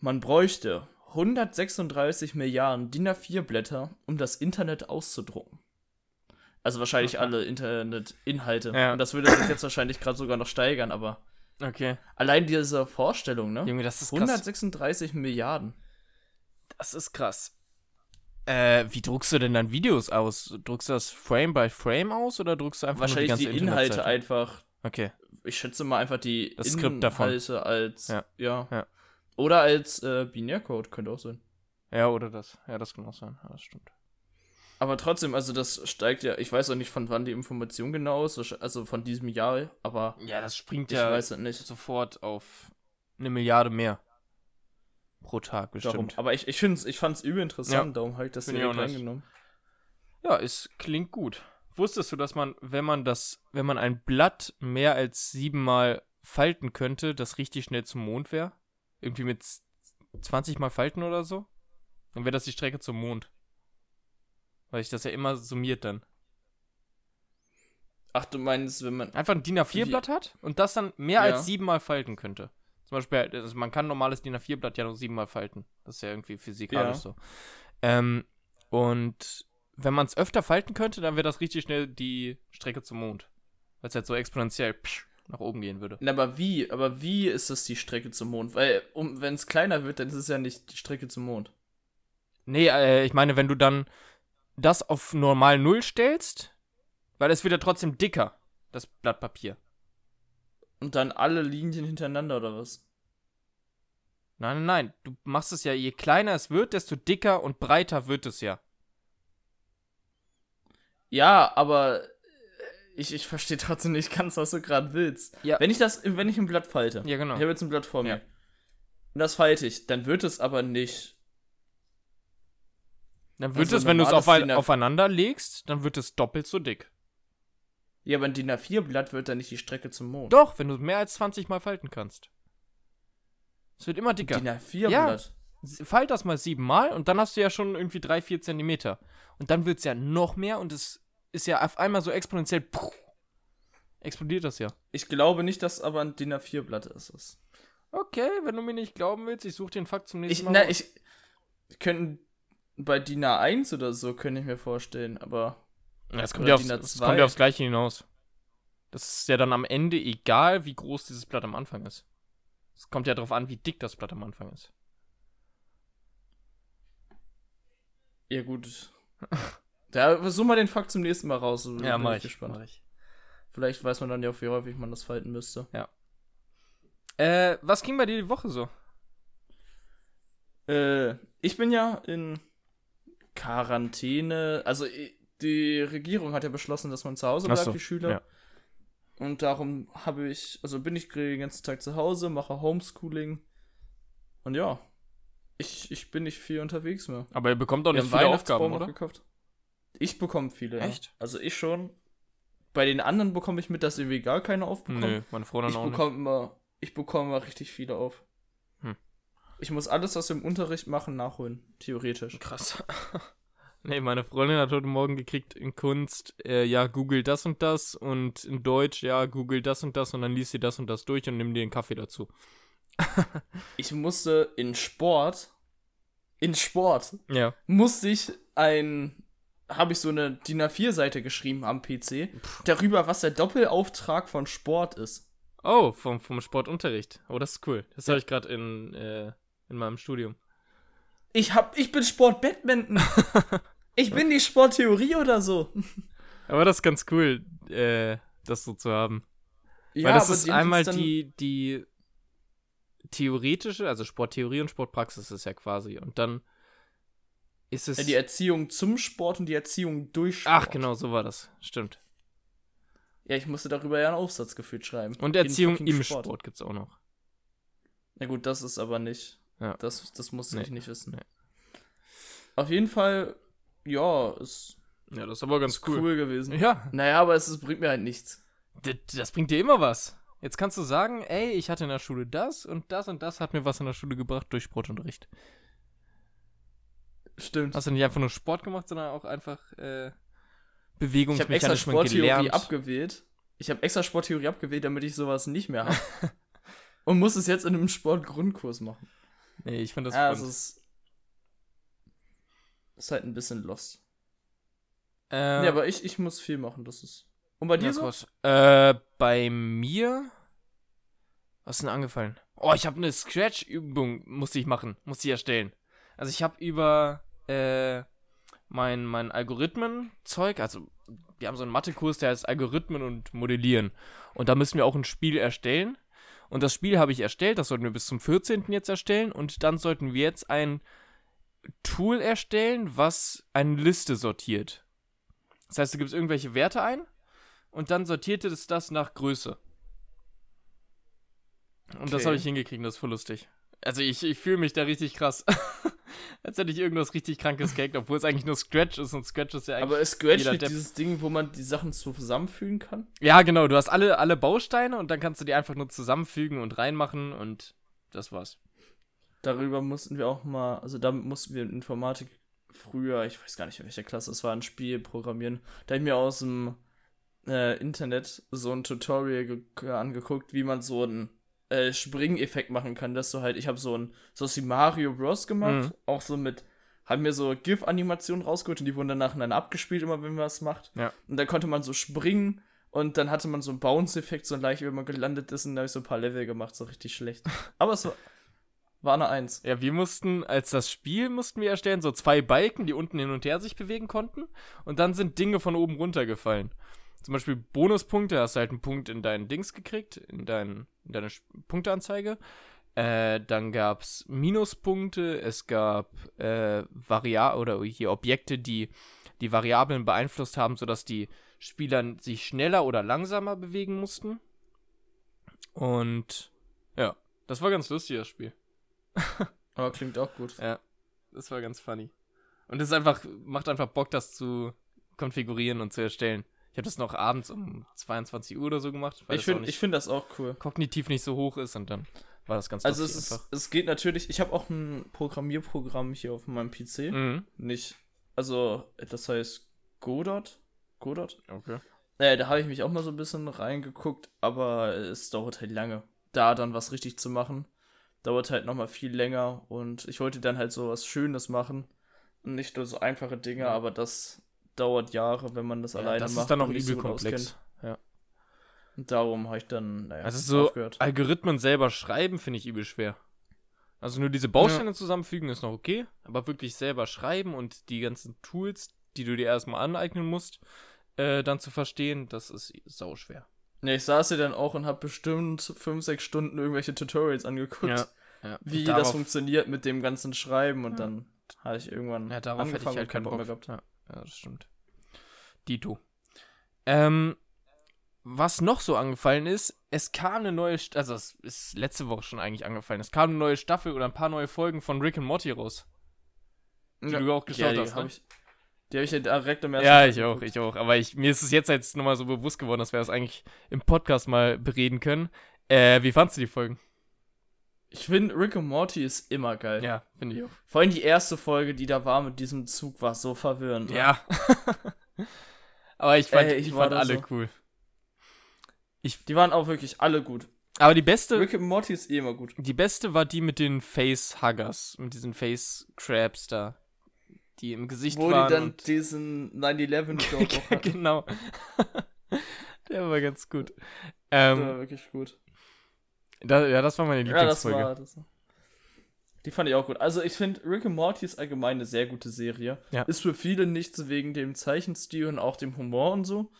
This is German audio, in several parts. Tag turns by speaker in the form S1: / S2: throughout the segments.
S1: Man bräuchte 136 Milliarden DIN A4-Blätter, um das Internet auszudrucken. Also wahrscheinlich alle Internet-Inhalte.
S2: Ja.
S1: Und das würde sich jetzt wahrscheinlich gerade sogar noch steigern, aber
S2: Okay.
S1: allein diese Vorstellung, ne?
S2: Junge, das ist krass.
S1: 136 Milliarden.
S2: Das ist krass. Äh, wie druckst du denn dann Videos aus? Druckst du das Frame by Frame aus oder druckst du einfach
S1: Wahrscheinlich
S2: nur die
S1: die
S2: ganze
S1: Inhalte
S2: Internetseite?
S1: einfach
S2: Okay.
S1: ich schätze mal einfach die
S2: Das
S1: Inhalte
S2: Skript davon.
S1: als ja.
S2: Ja. Ja.
S1: Oder als äh, Binärcode könnte auch sein.
S2: Ja, oder das. Ja, das kann auch sein. Ja, das stimmt.
S1: Aber trotzdem, also das steigt ja, ich weiß auch nicht, von wann die Information genau ist, wahrsch- also von diesem Jahr, aber
S2: Ja, das springt
S1: ich
S2: ja
S1: weiß es nicht.
S2: sofort auf eine Milliarde mehr pro
S1: Darum.
S2: Tag bestimmt.
S1: Aber ich, ich, find's- ich fand es übel interessant, darum halt, habe ich das
S2: Find
S1: direkt
S2: ich auch nice.
S1: reingenommen.
S2: Ja, es klingt gut. Wusstest du, dass man, wenn man das, wenn man ein Blatt mehr als siebenmal falten könnte, das richtig schnell zum Mond wäre? Irgendwie mit z- 20 Mal falten oder so? Dann wäre das die Strecke zum Mond. Weil ich das ja immer summiert dann.
S1: Ach, du meinst, wenn man.
S2: Einfach ein DIN A4-Blatt hat und das dann mehr
S1: Ja.
S2: als siebenmal falten könnte. Zum Beispiel, also man kann normales DIN A4-Blatt ja nur siebenmal falten. Das ist ja irgendwie physikalisch
S1: Ja.
S2: so. Ähm, und wenn man es öfter falten könnte, dann wäre das richtig schnell die Strecke zum Mond. Weil es halt so exponentiell psch, nach oben gehen würde.
S1: Na, aber wie? Aber wie ist das die Strecke zum Mond? Weil, um, wenn es kleiner wird, dann ist es ja nicht die Strecke zum Mond.
S2: Nee, äh, ich meine, wenn du dann das auf normal Null stellst, weil es wird ja trotzdem dicker, das Blatt Papier.
S1: Und dann alle Linien hintereinander oder was?
S2: Nein, nein, nein. Du machst es ja, je kleiner es wird, desto dicker und breiter wird es ja.
S1: Ja, aber äh, ich, ich verstehe trotzdem nicht ganz, was du gerade willst.
S2: Ja.
S1: Wenn ich das, wenn ich ein Blatt falte,
S2: Ja, genau.
S1: ich habe jetzt ein Blatt vor mir,
S2: Ja.
S1: und das falte ich, dann wird es aber nicht.
S2: Dann wird
S1: Also
S2: es, wenn du es
S1: normales
S2: aufei-
S1: DIN A-
S2: aufeinander legst, dann wird es doppelt so dick.
S1: Ja, aber ein DIN A4-Blatt wird dann nicht die Strecke zum Mond.
S2: Doch, wenn du mehr als 20 Mal falten kannst. Es wird immer dicker.
S1: DIN A4-Blatt.
S2: S- Falt das mal siebenmal und dann hast du ja schon irgendwie drei, vier Zentimeter. Und dann wird es ja noch mehr und es ist ja auf einmal so exponentiell. puh, explodiert das ja.
S1: Ich glaube nicht, dass aber ein DIN A4-Blatt ist. es.
S2: Okay, wenn du mir nicht glauben willst, ich suche den Fakt zum nächsten
S1: Ich,
S2: Mal.
S1: na,
S2: raus.
S1: ich, könnten bei DIN A1 oder so, könnte ich mir vorstellen, aber
S2: Ja, es kommt
S1: oder
S2: ja, aufs,
S1: DIN
S2: es
S1: A2.
S2: kommt ja aufs Gleiche hinaus. Das ist ja dann am Ende egal, wie groß dieses Blatt am Anfang ist. Es kommt ja darauf an, wie dick das Blatt am Anfang ist.
S1: ja gut. Da such mal den Fakt zum nächsten Mal raus. so bin
S2: mach
S1: gespannt.
S2: mach ich.
S1: Vielleicht weiß man dann ja, wie häufig man das falten müsste.
S2: Äh, was ging bei dir die Woche so?
S1: Äh, ich bin ja in Quarantäne. Also i- die Regierung hat ja beschlossen, dass man zu Hause
S2: Ach
S1: bleibt,
S2: so,
S1: die Schüler.
S2: ja.
S1: Und darum habe ich, also bin ich den ganzen Tag zu Hause, mache Homeschooling. Und ja, ich, ich bin nicht viel unterwegs mehr.
S2: Aber ihr bekommt doch
S1: Wir
S2: nicht
S1: haben
S2: viele Aufgaben,
S1: Weihnachtsbaum
S2: oder?
S1: gekauft. Ich bekomme viele. ja.
S2: Echt?
S1: Also ich schon. Bei den anderen bekomme ich mit, dass irgendwie gar keine aufbekommen.
S2: Nö, meine Frau dann
S1: Ich
S2: auch nicht.
S1: bekomme immer, ich bekomme immer richtig viele auf.
S2: Hm.
S1: Ich muss alles, was wir im Unterricht machen, nachholen, theoretisch.
S2: Krass. nee, meine Freundin hat heute Morgen gekriegt in Kunst, äh, ja, google das und das und in Deutsch, ja, google das und das und dann liest sie das und das durch und nimm dir einen Kaffee dazu.
S1: Ich musste in Sport, in Sport,
S2: Ja.
S1: musste ich ein, habe ich so eine DIN A4-Seite geschrieben am PC, darüber, was der Doppelauftrag von Sport ist.
S2: Oh, vom, vom Sportunterricht. Oh, das ist cool. Das habe ich gerade in, äh, in meinem Studium.
S1: Ich hab, ich bin Sport-Badminton. ich bin die Sporttheorie oder so.
S2: Aber das ist ganz cool, äh, das so zu haben.
S1: Ja,
S2: Weil das
S1: aber
S2: ist
S1: die haben
S2: einmal
S1: es dann-
S2: die, die theoretische, also Sporttheorie und Sportpraxis ist ja quasi. Und dann ist es.
S1: Ja, die Erziehung zum Sport und die Erziehung durch Sport.
S2: Ach, genau, so war das. Stimmt.
S1: Ja, ich musste darüber ja einen Aufsatz gefühlt schreiben.
S2: Und
S1: In
S2: Erziehung
S1: fucking
S2: im Sport, gibt's auch noch.
S1: Na gut, das ist aber nicht.
S2: Ja.
S1: Das, das musste
S2: Nee.
S1: ich nicht wissen.
S2: Nee.
S1: Auf jeden Fall, ja, ist
S2: Ja, das ist aber ganz
S1: cool, gewesen.
S2: Ja,
S1: Naja, aber es, es bringt mir halt nichts.
S2: d- das bringt dir immer was. Jetzt kannst du sagen, ey, ich hatte in der Schule das und das und das hat mir was in der Schule gebracht durch Sportunterricht.
S1: Stimmt.
S2: Hast du nicht einfach nur Sport gemacht, sondern auch einfach äh,
S1: ich habe extra
S2: Bewegungsmechanismen
S1: Sporttheorie
S2: gelernt.
S1: abgewählt. Ich habe extra Sporttheorie abgewählt, damit ich sowas nicht mehr habe. Und muss es jetzt in einem Sportgrundkurs machen.
S2: Nee, ich fand das
S1: ja,
S2: spannend.
S1: also es ist, ist halt ein bisschen lost.
S2: äh,
S1: Nee, aber ich, ich muss viel machen, das ist. Und bei dir
S2: ja,
S1: so?
S2: krass. Äh, bei mir. Was ist denn angefallen? Oh, ich habe eine Scratch-Übung, musste ich machen, musste ich erstellen. Also ich habe über äh, mein, mein Algorithmen-Zeug, also wir haben so einen Mathekurs, der heißt Algorithmen und Modellieren. Und da müssen wir auch ein Spiel erstellen. Und das Spiel habe ich erstellt, das sollten wir bis zum 14. jetzt erstellen. Und dann sollten wir jetzt ein Tool erstellen, was eine Liste sortiert. Das heißt, du gibst irgendwelche Werte ein und dann sortierte es das nach Größe. Und das
S1: Okay.
S2: habe ich hingekriegt, das ist voll lustig. Also ich, ich fühle mich da richtig krass. Als hätte ich irgendwas richtig krankes gehackt, obwohl es eigentlich nur Scratch ist und Scratch ist ja eigentlich.
S1: Aber ist Scratch
S2: jeder
S1: nicht
S2: Depp-
S1: dieses Ding, wo man die Sachen zusammenfügen kann?
S2: ja, genau, du hast alle, alle Bausteine und dann kannst du die einfach nur zusammenfügen und reinmachen und das war's.
S1: Darüber mussten wir auch mal, also damit mussten wir in Informatik früher, ich weiß gar nicht in welcher Klasse, es war ein Spiel programmieren. Da hab ich mir aus dem äh, Internet so ein Tutorial ge- ge- angeguckt, wie man so einen äh, Springeffekt machen kann, dass du halt, ich habe so ein, so aus wie Mario Bros gemacht,
S2: Mhm.
S1: auch so mit, haben mir so GIF-Animationen rausgeholt und die wurden dann nacheinander abgespielt, immer wenn man was macht.
S2: Ja.
S1: Und da konnte man so springen und dann hatte man so einen Bounce-Effekt, so leicht, wenn man gelandet ist und da habe ich so ein paar Level gemacht, so richtig schlecht. Aber es war, war eine Eins.
S2: Ja, wir mussten, als das Spiel mussten wir erstellen, so zwei Balken, die unten hin und her sich bewegen konnten. Und dann sind Dinge von oben runtergefallen. Zum Beispiel Bonuspunkte, hast du halt einen Punkt in deinen Dings gekriegt, in, dein, in deine Sch- Punkteanzeige. Äh, dann gab's Minuspunkte, es gab äh, Varia oder hier Objekte, die die Variablen beeinflusst haben, sodass die Spieler sich schneller oder langsamer bewegen mussten. Und ja, das war ganz lustig, das Spiel.
S1: Aber klingt auch gut.
S2: Ja, das war ganz funny. Und es ist einfach, macht einfach Bock, das zu konfigurieren und zu erstellen. Ich habe das noch abends um 22 Uhr oder so gemacht, weil
S1: ich
S2: das auch
S1: finde
S2: nicht
S1: ich find das auch cool.
S2: kognitiv nicht so hoch ist und dann war das ganz
S1: Also es,
S2: lustig
S1: ist,
S2: einfach.
S1: es geht natürlich, ich habe auch ein Programmierprogramm hier auf meinem PC.
S2: Mhm.
S1: Nicht, also das heißt Godot. Godot?
S2: Okay.
S1: Äh, da habe ich mich auch mal so ein bisschen reingeguckt, aber es dauert halt lange. Da dann was richtig zu machen, dauert halt nochmal viel länger und ich wollte dann halt so was Schönes machen. Und nicht nur so einfache Dinge,
S2: Ja.
S1: aber das dauert Jahre, wenn man das
S2: Ja,
S1: alleine
S2: das
S1: macht.
S2: ist dann auch
S1: und nicht so
S2: übel
S1: gut
S2: komplex.
S1: auskennt. Und darum habe ich dann, naja,
S2: Also so
S1: aufgehört.
S2: Algorithmen selber schreiben finde ich übel schwer. Also nur diese Bausteine zusammenfügen ist noch okay, aber wirklich selber schreiben und die ganzen Tools, die du dir erstmal aneignen musst, äh, dann zu verstehen, das ist sau schwer.
S1: Ja, ich saß hier dann auch und hab bestimmt 5, 6 Stunden irgendwelche Tutorials angeguckt, wie das funktioniert mit dem ganzen Schreiben und
S2: Ja.
S1: dann hatte ich irgendwann
S2: Ja, darauf hätte ich halt
S1: und
S2: keinen Bock mehr
S1: gehabt.
S2: gehabt. Ja, ja das stimmt. Dito. Ähm, was noch so angefallen ist, es kam eine neue, St also es ist letzte Woche schon eigentlich angefallen, es kam eine neue Staffel oder ein paar neue Folgen von Rick and Morty raus. Die du auch geschaut
S1: ja, die
S2: hast,
S1: hab
S2: ne?
S1: ich, Die habe ich ja direkt am ersten
S2: Ja,
S1: Tag
S2: ich auch,
S1: geguckt.
S2: ich auch. Aber ich, mir ist es jetzt, jetzt nochmal so bewusst geworden, dass wir das eigentlich im Podcast mal bereden können. Äh, wie fandst du die Folgen?
S1: Ich finde, Rick and Morty ist immer geil.
S2: Ja, finde ich auch.
S1: Vor allem die erste Folge, die da war mit diesem Zug, war so verwirrend.
S2: Ja. Aber ich fand,
S1: Ey,
S2: ich
S1: ich war
S2: fand
S1: da
S2: alle
S1: so.
S2: cool.
S1: Die waren auch wirklich alle gut.
S2: Aber die beste,
S1: Rick and Morty ist eh immer gut.
S2: Die beste war die mit den Face-Huggers, mit diesen Face-Crabs da, die im Gesicht
S1: Wo
S2: waren.
S1: die dann
S2: und-
S1: diesen 9-11-Joke auch hatten.
S2: genau. Der war ganz gut.
S1: Das
S2: Ähm,
S1: war wirklich gut.
S2: da, ja, das war meine
S1: Ja, das
S2: Lieblingsfolge.
S1: war, das war. Die fand ich auch gut. Also ich finde Rick and Morty ist allgemein eine sehr gute Serie.
S2: Ja.
S1: Ist für viele nichts wegen dem Zeichenstil und auch dem Humor und so.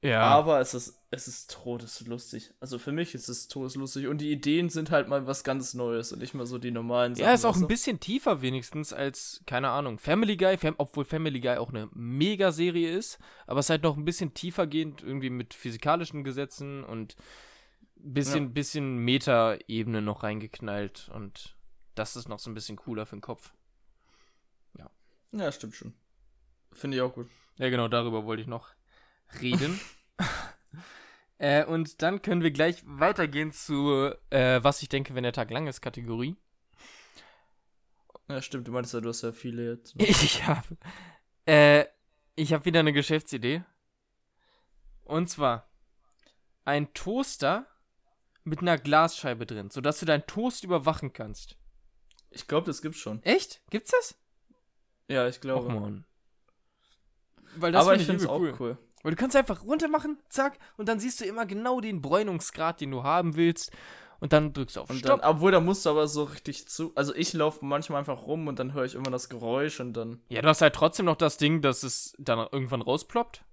S2: ja,
S1: Aber es ist, es ist todeslustig. Also für mich ist es todeslustig. Und die Ideen sind halt mal was ganz Neues und nicht mal so die normalen
S2: ja, ist auch ein
S1: weißt
S2: bisschen tiefer wenigstens als, keine Ahnung, Family Guy, Fam obwohl Family Guy auch eine Mega-Serie ist, aber es ist halt noch ein bisschen tiefergehend, irgendwie mit physikalischen Gesetzen und bisschen, bisschen Meta-Ebene noch reingeknallt und das ist noch so ein bisschen cooler für den Kopf.
S1: du? Ja, stimmt schon. Finde ich auch gut.
S2: Ja, genau, darüber wollte ich noch reden. äh, und dann können wir gleich weitergehen zu, äh, was ich denke, wenn der Tag lang ist, Kategorie.
S1: Ja, stimmt. Du meintest ja, du hast ja viele jetzt. ne?
S2: Ich habe äh, ich hab wieder eine Geschäftsidee. Und zwar ein Toaster mit einer Glasscheibe drin, sodass du deinen Toast überwachen kannst.
S1: Ich glaube, das gibt's schon.
S2: Echt? Gibt's das?
S1: Ja, ich
S2: Och,
S1: glaube.
S2: man. Weil das
S1: Aber
S2: finde
S1: ich finde es
S2: übel
S1: auch cool.
S2: Weil du kannst einfach runter machen, zack, und dann siehst du immer genau den Bräunungsgrad, den du haben willst. Und dann drückst du auf
S1: Und
S2: Stopp.
S1: dann, obwohl, da musst du aber so richtig zu. Also ich laufe manchmal einfach rum und dann höre ich immer das Geräusch und dann.
S2: ja, du hast halt trotzdem noch das Ding, dass es dann irgendwann rausploppt.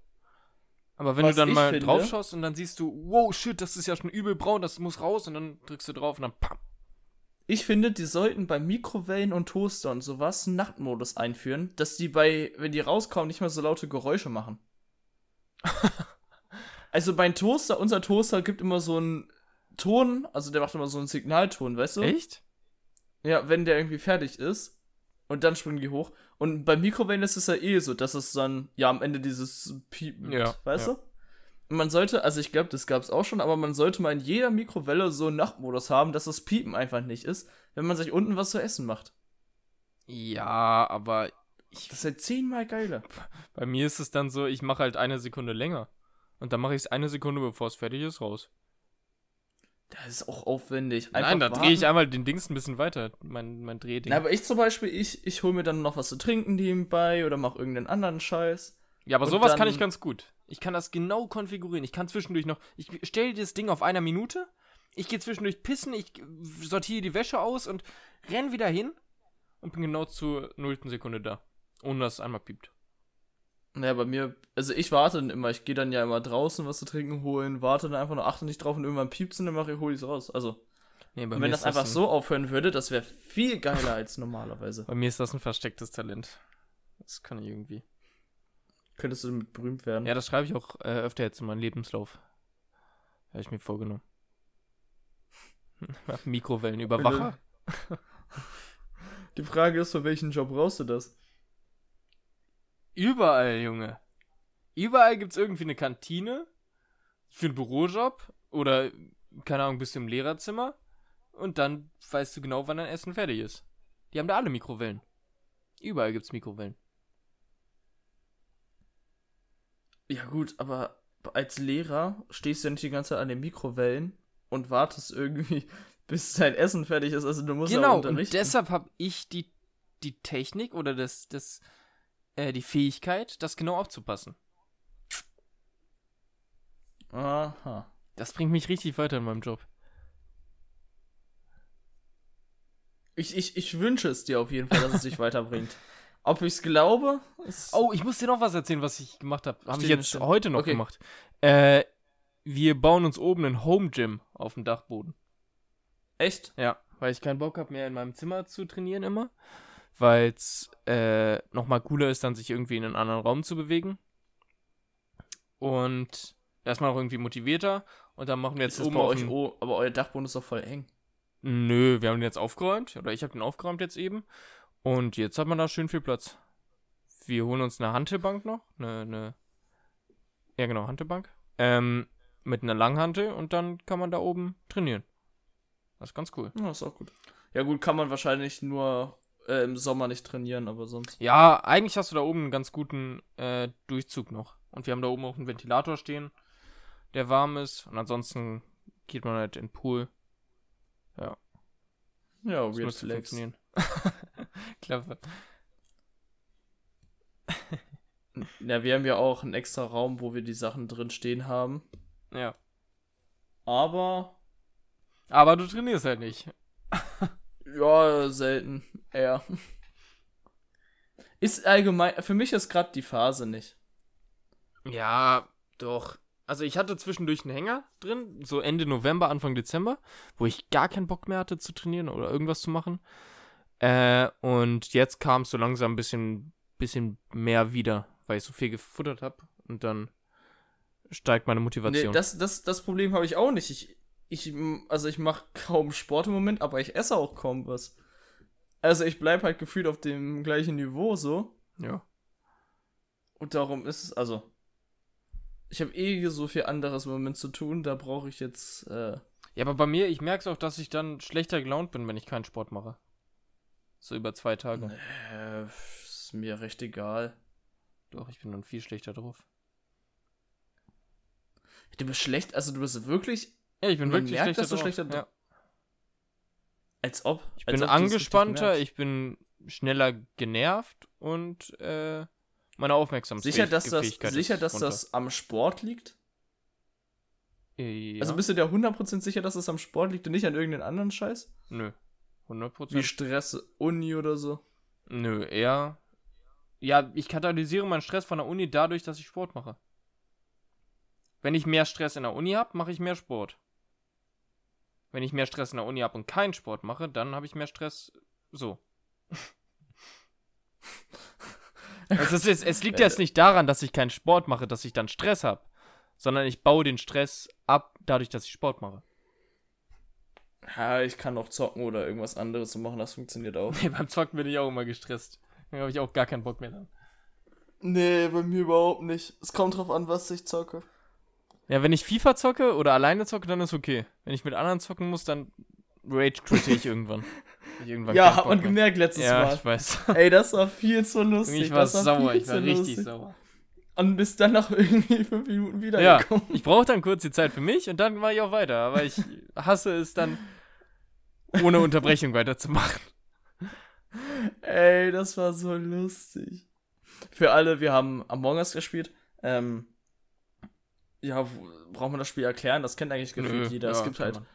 S2: Aber wenn
S1: Was
S2: du dann
S1: ich
S2: mal
S1: finde-
S2: drauf schaust und dann siehst du, wow, shit, das ist ja schon übel braun, das muss raus. Und dann drückst du drauf und dann pam.
S1: Ich finde, die sollten bei Mikrowellen und Toaster und sowas einen Nachtmodus einführen, dass die bei, wenn die rauskommen, nicht mehr so laute Geräusche machen. also mein Toaster, unser Toaster gibt immer so einen Ton, also der macht immer so einen Signalton, weißt du?
S2: Echt?
S1: Ja, wenn der irgendwie fertig ist. Und dann springen die hoch. Und bei Mikrowellen ist es ja eh so, dass es dann ja am Ende dieses Piepen,
S2: Ja,
S1: weißt
S2: ja.
S1: du? Und man sollte, also ich glaube, das gab es auch schon, aber man sollte mal in jeder Mikrowelle so einen Nachtmodus haben, dass das Piepen einfach nicht ist, wenn man sich unten was zu essen macht.
S2: Ja, aber
S1: Das ist ja zehnmal geiler.
S2: bei mir ist es dann so, ich mache halt eine Sekunde länger. Und dann mache ich es eine Sekunde, bevor es fertig ist, raus.
S1: Das ist auch aufwendig.
S2: Nein, da
S1: Einfach
S2: drehe ich
S1: warten.
S2: einmal den Dings ein bisschen weiter. Mein, mein Drehding.
S1: Na, aber ich zum Beispiel, ich, ich hole mir dann noch was zu trinken nebenbei oder mache irgendeinen anderen Scheiß.
S2: Ja, aber
S1: Und
S2: sowas kann
S1: dann-
S2: ich ganz gut. Ich kann das genau konfigurieren. Ich kann zwischendurch noch. Ich stelle das Ding auf einer Minute. Ich gehe zwischendurch pissen. Ich sortiere die Wäsche aus und renn wieder hin. Und bin genau zur nullten Sekunde da. Ohne dass es einmal piept.
S1: Naja, bei mir, also ich warte dann immer, ich gehe dann ja immer draußen was zu trinken holen, warte dann einfach noch, achte nicht drauf und irgendwann piepst und dann mache ich, hol ich's raus. Also,
S2: Nee, bei
S1: und wenn das einfach so aufhören würde, das wäre viel geiler als normalerweise.
S2: Bei mir ist das ein verstecktes Talent. Das kann ich irgendwie.
S1: Könntest du damit berühmt werden.
S2: Ja, das schreibe ich auch äh, öfter jetzt in meinen Lebenslauf. Habe ich mir vorgenommen. Mikrowellenüberwacher.
S1: Die Frage ist, für welchen Job brauchst du das?
S2: Überall, Junge. Überall gibt's irgendwie eine Kantine für einen Bürojob oder, keine Ahnung, bist du im Lehrerzimmer und dann weißt du genau, wann dein Essen fertig ist. Die haben da alle Mikrowellen. Überall gibt's Mikrowellen.
S1: Ja gut, aber als Lehrer stehst du ja nicht die ganze Zeit an den Mikrowellen und wartest irgendwie, bis dein Essen fertig ist. Also du musst ja auch
S2: genau, und
S1: unterrichten.
S2: deshalb habe ich die, die Technik oder das, das, äh, die Fähigkeit, das genau aufzupassen.
S1: Aha.
S2: Das bringt mich richtig weiter in meinem Job.
S1: Ich, ich, ich wünsche es dir auf jeden Fall, dass es dich weiterbringt. Ob ich es glaube, ist
S2: Oh, ich muss dir noch was erzählen, was ich gemacht habe. Habe ich
S1: Stimmt,
S2: jetzt
S1: stimmt.
S2: heute noch
S1: Okay.
S2: gemacht. Äh, wir bauen uns oben ein Home Gym auf dem Dachboden.
S1: echt.
S2: Ja, weil ich keinen Bock habe, mehr in meinem Zimmer zu trainieren immer. Weil es äh, nochmal cooler ist, dann sich irgendwie in einen anderen Raum zu bewegen. Und erstmal noch irgendwie motivierter. Und dann machen wir
S1: Jetzt
S2: jetzt
S1: ist
S2: oben
S1: bei
S2: auf
S1: euch,
S2: dem-
S1: oh, aber euer Dachboden ist doch voll eng.
S2: Nö, wir haben den jetzt aufgeräumt. Oder ich habe den aufgeräumt jetzt eben. Und jetzt hat man da schön viel Platz. Wir holen uns eine Hantelbank noch. Eine, eine ja, genau, Hantelbank. Ähm, mit einer Langhantel und dann kann man da oben trainieren. Das ist ganz cool.
S1: Ja, ist auch gut. Ja, gut, kann man wahrscheinlich nur äh, im Sommer nicht trainieren, aber sonst.
S2: Ja, eigentlich hast du da oben einen ganz guten äh, Durchzug noch. Und wir haben da oben auch einen Ventilator stehen, der warm ist. Und ansonsten geht man halt in den Pool.
S1: Ja,
S2: Das
S1: Weird
S2: müsste
S1: Flex.
S2: funktionieren. Klappe.
S1: Ja, wir haben ja auch einen extra Raum, wo wir die Sachen drin stehen haben.
S2: Ja.
S1: Aber,
S2: Aber du trainierst halt nicht.
S1: ja, selten. Eher. Ist allgemein, für mich ist gerade die Phase nicht.
S2: Ja, doch. Also ich hatte zwischendurch einen Hänger drin, so Ende November, Anfang Dezember, wo ich gar keinen Bock mehr hatte zu trainieren oder irgendwas zu machen. Äh, und jetzt kam es so langsam ein bisschen, bisschen mehr wieder, weil ich so viel gefuttert habe. Und dann steigt meine
S1: Nee,
S2: Motivation.
S1: das, das, das Problem habe ich auch nicht. Ich, ich, also ich mache kaum Sport im Moment, aber ich esse auch kaum was. Also ich bleibe halt gefühlt auf dem gleichen Niveau so.
S2: ja.
S1: Und darum ist es, also. Ich habe eh so viel anderes im Moment zu tun, da brauche ich jetzt. Äh,
S2: ja, aber bei mir, ich merke es auch, dass ich dann schlechter gelaunt bin, wenn ich keinen Sport mache. So über zwei Tage.
S1: äh, ist mir recht egal.
S2: Doch, ich bin dann viel schlechter drauf.
S1: Du bist schlecht, also du bist wirklich.
S2: Ja, ich bin
S1: Man
S2: wirklich
S1: merkt,
S2: schlechter
S1: dass du
S2: drauf.
S1: schlechter dr-
S2: ja.
S1: Als ob.
S2: Ich
S1: als
S2: bin
S1: ob du's richtig
S2: angespannter,
S1: merkst.
S2: ich bin schneller genervt und äh, meine Aufmerksamkeit.
S1: Sicher, dass das, sicher, dass das am Sport liegt?
S2: Ja.
S1: Also bist du dir 100% sicher, dass das am Sport liegt und nicht an irgendeinem anderen Scheiß?
S2: Nö. 100
S1: Wie
S2: Prozent.
S1: Stress, Uni oder so?
S2: Nö, eher. Ja, ich katalysiere meinen Stress von der Uni dadurch, dass ich Sport mache. Wenn ich mehr Stress in der Uni habe, mache ich mehr Sport. Wenn ich mehr Stress in der Uni habe und keinen Sport mache, dann habe ich mehr Stress so. es, ist, es, es liegt jetzt nicht daran, dass ich keinen Sport mache, dass ich dann Stress habe, sondern ich baue den Stress ab dadurch, dass ich Sport mache.
S1: Ja, ich kann auch zocken oder irgendwas anderes so machen, das funktioniert auch.
S2: Nee, beim Zocken bin ich auch immer gestresst. Da habe ich auch gar keinen Bock mehr dran.
S1: Nee, bei mir überhaupt nicht. Es kommt drauf an, was ich zocke.
S2: Ja, wenn ich FIFA zocke oder alleine zocke, dann ist okay. Wenn ich mit anderen zocken muss, dann rage quitte ich irgendwann. Hab Ich irgendwann
S1: Ja,
S2: keinen
S1: hat
S2: Bock
S1: man
S2: mehr.
S1: gemerkt letztes
S2: Ja,
S1: Mal.
S2: ich weiß.
S1: Ey, das war viel zu lustig.
S2: Ich war
S1: das
S2: sauer,
S1: viel
S2: ich war
S1: zu
S2: richtig
S1: lustig.
S2: sauer.
S1: Und bis dann noch irgendwie fünf Minuten
S2: Ja,
S1: wiedergekommen.
S2: ich brauche dann kurz die Zeit für mich und dann mache ich auch weiter. Aber ich hasse es dann, ohne Unterbrechung weiterzumachen.
S1: Ey, das war so lustig. Für alle, wir haben Among Us gespielt. Ähm, ja, w- braucht man das Spiel erklären? Das kennt eigentlich gefühlt
S2: Nö,
S1: jeder.
S2: ja,
S1: es gibt
S2: kann
S1: halt,
S2: man.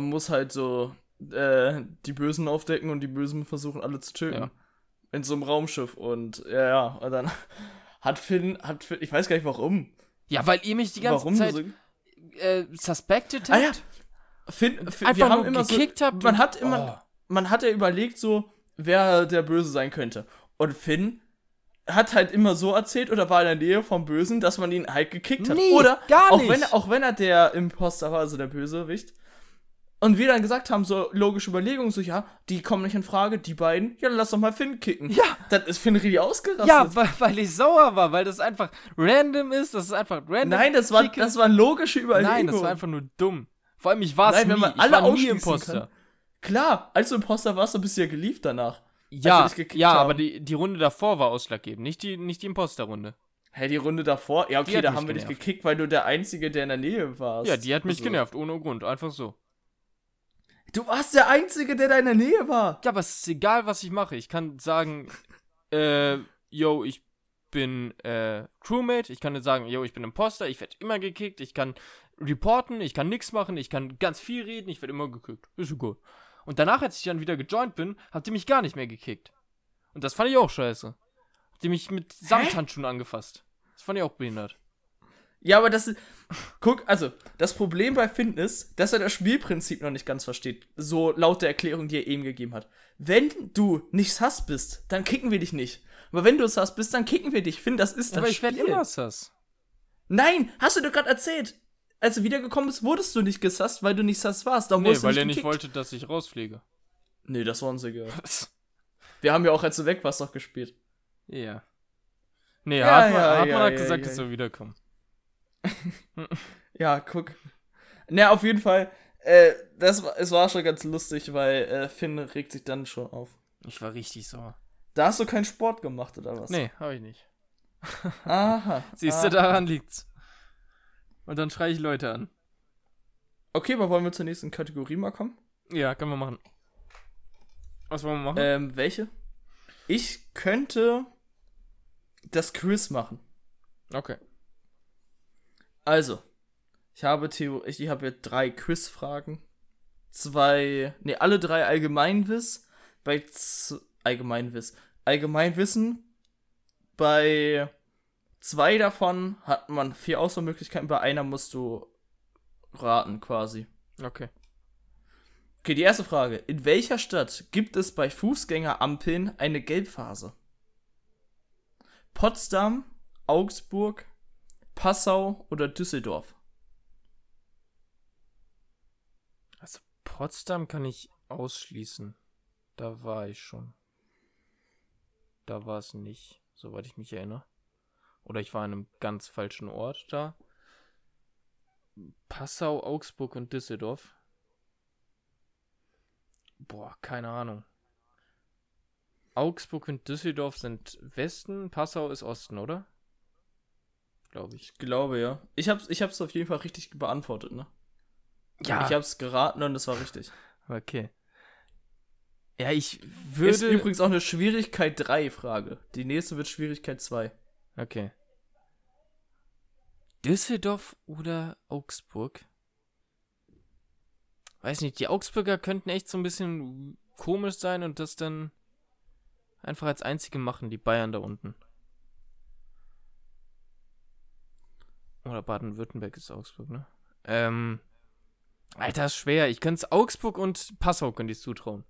S1: man muss halt so äh, die Bösen aufdecken und die Bösen versuchen alle zu töten.
S2: Ja.
S1: In so einem Raumschiff und ja, ja. Und dann hat Finn, hat Finn, ich weiß gar nicht warum.
S2: Ja, weil ihr mich die ganze
S1: warum
S2: Zeit
S1: so,
S2: äh, suspected habt.
S1: Ah ja, Finn, Finn
S2: Einfach
S1: wir haben
S2: nur
S1: immer so,
S2: gekickt habt
S1: man
S2: und- Oh.
S1: hat immer,
S2: Ah.
S1: man hat ja überlegt so, wer der Böse sein könnte. Und Finn hat halt immer so erzählt oder war in der Nähe vom Bösen, dass man ihn halt gekickt hat.
S2: Nee,
S1: oder
S2: gar
S1: auch
S2: nicht.
S1: wenn auch wenn er der Imposter war, also der Bösewicht. Und wir dann gesagt haben, so logische Überlegung, so ja, die kommen nicht in Frage, die beiden, ja, dann lass doch mal Finn kicken.
S2: Ja.
S1: Dann ist Finn richtig ausgerastet.
S2: Ja, weil, weil ich sauer war, weil das einfach random ist, das ist einfach random.
S1: Nein, das war,
S2: Kicke.
S1: das war logische Überlegung.
S2: Nein, das war einfach nur dumm. Vor allem, ich war es
S1: Nein,
S2: nie.
S1: wenn man
S2: ich
S1: alle
S2: war nie
S1: ausschließen
S2: Imposter.
S1: kann. Klar, als du Imposter warst, du bist ja geliebt danach.
S2: Ja,
S1: dich gekickt
S2: ja
S1: haben.
S2: aber die, die Runde davor war ausschlaggebend, nicht die, nicht die Imposter-Runde.
S1: Hä, die Runde davor? Ja, okay,
S2: hat
S1: da
S2: mich
S1: haben wir dich
S2: genervt.
S1: gekickt, weil du der Einzige, der in der Nähe warst.
S2: Ja, die hat mich
S1: Also,
S2: genervt, ohne Grund, einfach so.
S1: Du warst der Einzige, der da in der Nähe war.
S2: Ja, aber es ist egal, was ich mache. Ich kann sagen, äh, yo, ich bin äh, Crewmate, ich kann jetzt sagen, yo, ich bin Imposter, ich werde immer gekickt, ich kann reporten, ich kann nichts machen, ich kann ganz viel reden, ich werde immer gekickt. Ist gut. Und danach, als ich dann wieder gejoint bin, habt ihr mich gar nicht mehr gekickt. Und das fand ich auch scheiße. Habt ihr mich mit Samthandschuhen angefasst. Das fand ich auch behindert.
S1: Ja, aber das ist. Guck, also, das Problem bei Finn ist, dass er das Spielprinzip noch nicht ganz versteht. So laut der Erklärung, die er eben gegeben hat. Wenn du nicht Sass bist, dann kicken wir dich nicht. Aber wenn du Sass bist, dann kicken wir dich. Finn, das ist das
S2: aber ich werde
S1: Spiel.
S2: immer sass.
S1: Nein, hast du dir gerade erzählt. Als du wiedergekommen bist, wurdest du nicht gesasst, weil du nicht Sass warst. Darum
S2: Nee,
S1: wurdest du
S2: weil er nicht
S1: gekickt.
S2: wollte, dass ich rausfliege.
S1: Nee, das war uns egal. Wir haben ja auch, als du weg warst, noch gespielt.
S2: Ja. Nee,
S1: Ja,
S2: Hartmann,
S1: ja,
S2: Hartmann
S1: ja,
S2: hat
S1: ja,
S2: gesagt,
S1: ja.
S2: ich soll wiederkommen.
S1: Ja, guck. Na, auf jeden Fall, äh, das war, es war schon ganz lustig, weil äh, Finn regt sich dann schon auf.
S2: Ich war richtig sauer.
S1: Da hast du keinen Sport gemacht, oder was?
S2: Nee, habe ich nicht.
S1: Aha.
S2: Siehst
S1: ah.
S2: du, daran liegt's. Und dann schreie ich Leute an.
S1: Okay, aber wollen wir zur nächsten Kategorie mal kommen?
S2: Ja, können wir machen. Was wollen wir machen?
S1: Ähm, welche? Ich könnte das Quiz machen.
S2: Äh. okay.
S1: Also, ich habe Theo, ich, ich habe jetzt drei Quizfragen. Zwei, nee, alle drei Allgemeinwiss. Bei z- Allgemeinwiss. Allgemeinwissen. Bei zwei davon hat man vier Auswahlmöglichkeiten. Bei einer musst du raten, quasi.
S2: Okay.
S1: Okay, die erste Frage. In welcher Stadt gibt es bei Fußgängerampeln eine Gelbphase? Potsdam, Augsburg, Passau oder Düsseldorf?
S2: Also Potsdam kann ich ausschließen. Da war ich schon. Da war es nicht, soweit ich mich erinnere. Oder ich war an einem ganz falschen Ort da. Passau, Augsburg und Düsseldorf. Boah, keine Ahnung. Augsburg und Düsseldorf sind Westen, Passau ist Osten, oder? Glaube ich.
S1: Ich glaube, ja. Ich hab's, ich hab's auf jeden Fall richtig beantwortet, ne?
S2: Ja.
S1: Ich hab's geraten und es war richtig.
S2: Okay. Ja, ich
S1: Ist
S2: würde.
S1: übrigens auch eine Schwierigkeit 3 Frage. Die nächste wird Schwierigkeit 2.
S2: Okay. Düsseldorf oder Augsburg? Weiß nicht, die Augsburger könnten echt so ein bisschen komisch sein und das dann einfach als einzige machen, die Bayern da unten. Oder Baden-Württemberg ist Augsburg, ne? Ähm. Alter, ist schwer. Ich könnte es Augsburg und Passau könnte ich zutrauen.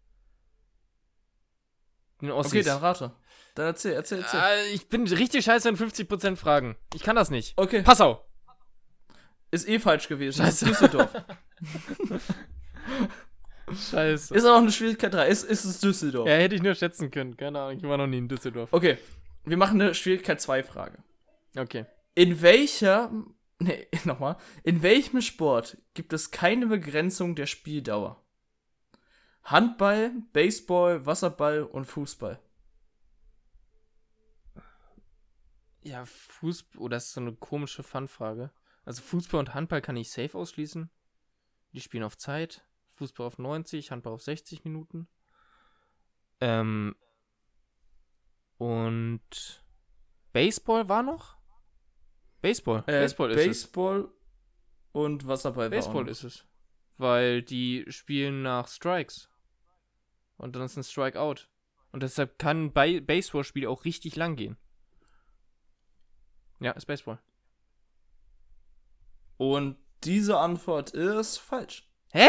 S2: Den Ossis.
S1: Okay, dann rate. Dann erzähl, erzähl, erzähl.
S2: Ah, ich bin richtig scheiße an 50% Fragen. Ich kann das nicht.
S1: Okay,
S2: Passau.
S1: ist eh falsch gewesen.
S2: Scheiße.
S1: Ist Düsseldorf.
S2: Scheiße.
S1: Ist aber auch eine Schwierigkeit 3. Ist, ist es Düsseldorf.
S2: Ja, hätte ich nur schätzen können. Keine Ahnung, ich war noch nie in Düsseldorf.
S1: Okay, wir machen eine Schwierigkeit 2 Frage.
S2: Okay.
S1: In welcher, nee, nochmal, in welchem Sport gibt es keine Begrenzung der Spieldauer? Handball, Baseball, Wasserball und Fußball.
S2: Ja, Fußball. Oh, das ist so eine komische Fanfrage. Also Fußball und Handball kann ich safe ausschließen. Die spielen auf Zeit. Fußball auf 90, Handball auf 60 Minuten. Ähm. Und Baseball war noch? Baseball. Baseball ist es.
S1: Äh, Baseball und Wasserball. war auch
S2: Baseball
S1: noch.
S2: ist es. Weil die spielen nach Strikes. Und dann ist ein Strikeout. Und deshalb kann ein Ba- Baseballspiel auch richtig lang gehen. Ja, ist Baseball.
S1: Und diese Antwort ist falsch.
S2: Hä?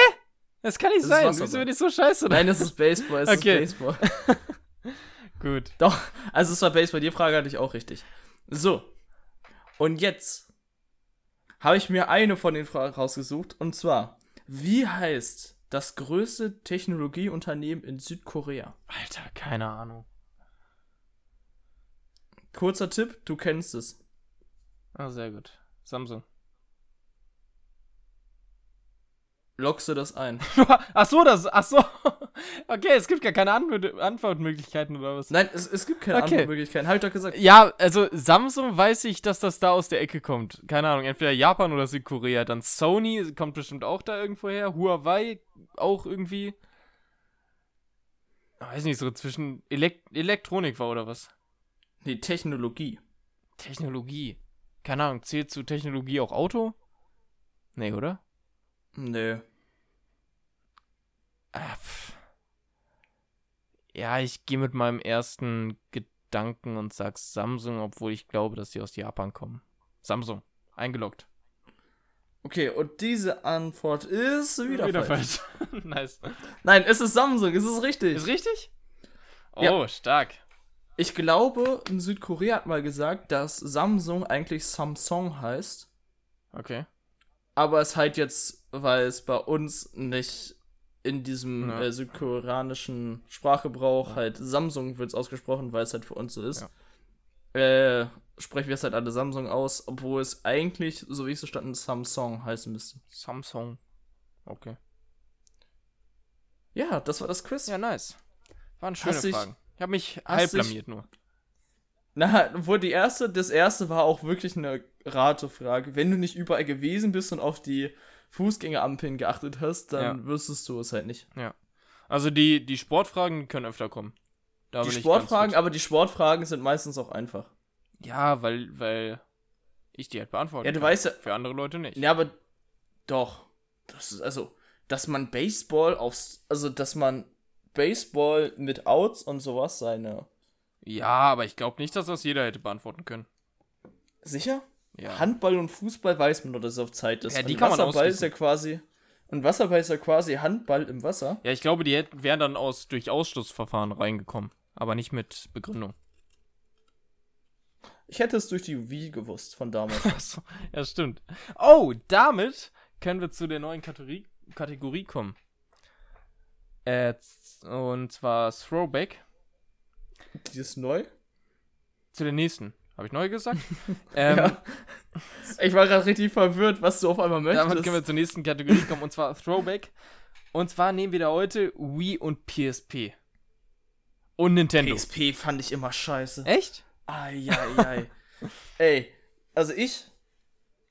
S2: Das kann nicht
S1: Das ist
S2: sein.
S1: Wasserball.
S2: Wieso bin ich so scheiße?
S1: Nein, es ist Baseball, es
S2: Okay.
S1: ist Baseball.
S2: Gut.
S1: Doch, also es war Baseball. Die Frage hatte ich auch richtig. So. Und jetzt habe ich mir eine von den Fragen rausgesucht. Und zwar, wie heißt das größte Technologieunternehmen in Südkorea?
S2: Alter, keine Ahnung.
S1: Kurzer Tipp, du kennst es.
S2: Ah, sehr gut. Samsung.
S1: Lockst du das ein?
S2: ach so, das. Ach so. Okay, es gibt gar keine Antw Antwortmöglichkeiten oder was.
S1: Nein, es, es gibt keine
S2: Okay.
S1: andere Möglichkeit. Habe ich doch gesagt.
S2: Ja, also Samsung weiß ich, dass das da aus der Ecke kommt. Keine Ahnung, entweder Japan oder Südkorea. Dann Sony kommt bestimmt auch da irgendwo her. Huawei auch irgendwie. Ah, Weiß nicht, so zwischen Elek Elektronik war oder was?
S1: Nee, Technologie.
S2: Technologie. Keine Ahnung, zählt zu Technologie auch Auto? Nee, oder?
S1: Nee.
S2: Ah, pff. Ja, ich gehe mit meinem ersten Gedanken und sag Samsung, obwohl ich glaube, dass die aus Japan kommen. Samsung, eingeloggt.
S1: Okay, und diese Antwort ist wieder, falsch.
S2: falsch. nice.
S1: Nein, es ist Samsung, es ist richtig.
S2: Ist richtig? Oh,
S1: Ja.
S2: stark.
S1: Ich glaube, in Südkorea hat mal gesagt, dass Samsung eigentlich Samsung heißt,
S2: Okay.
S1: aber es halt jetzt, weil es bei uns nicht in diesem
S2: Ja.
S1: äh, südkoreanischen Sprachgebrauch
S2: Ja.
S1: halt Samsung wird es ausgesprochen, weil es halt für uns so ist. Äh, sprechen wir es halt alle Samsung aus, obwohl es eigentlich, so wie ich es verstanden, Samsung heißen müsste.
S2: Samsung. Okay.
S1: Ja, das war das Quiz.
S2: Ja, nice. Waren schöne
S1: Hast dich-
S2: Fragen. Ich habe mich
S1: hast
S2: halb
S1: dich-
S2: blamiert nur.
S1: Na, wo die erste, das erste war auch wirklich eine Ratefrage. Wenn du nicht überall gewesen bist und auf die Fußgängerampeln geachtet hast, dann wüsstest du es halt nicht.
S2: Also die, die Sportfragen können öfter kommen. Da
S1: die
S2: bin ich ganz
S1: Sportfragen,
S2: gut.
S1: aber die Sportfragen sind meistens auch einfach.
S2: Ja, weil, weil ich die halt beantworten
S1: Ja, du
S2: kann.
S1: weißt ja,
S2: Für andere Leute nicht.
S1: ja, aber doch. Das ist also, dass man Baseball aufs, also dass man Baseball mit Outs und sowas seine.
S2: Ja, aber ich glaube nicht, dass das jeder hätte beantworten können.
S1: Sicher?
S2: Ja.
S1: Handball und Fußball weiß man nur, dass es auf Zeit ist.
S2: Ja, die
S1: und
S2: kann man
S1: Wasserball ist
S2: ausschließen.
S1: ja quasi. Und Wasserball ist ja quasi Handball im Wasser.
S2: ja, ich glaube, die hätten, wären dann aus, durch Ausschlussverfahren reingekommen. Aber nicht mit Begründung.
S1: Ich hätte es durch die Wii gewusst von damals.
S2: Achso, ja, stimmt. Oh, damit können wir zu der neuen Kategorie, Kategorie kommen. Äh, z- und zwar Throwback.
S1: Die ist neu?
S2: Zu der nächsten. Habe ich neu gesagt? ähm,
S1: ja. Ich war gerade richtig verwirrt, was du auf einmal möchtest.
S2: Damit können wir zur nächsten Kategorie kommen, und zwar Throwback. Und zwar nehmen wir da heute Wii und PSP. Und Nintendo.
S1: PSP fand ich immer scheiße.
S2: Echt?
S1: Eieiei. Äh? Ey, also ich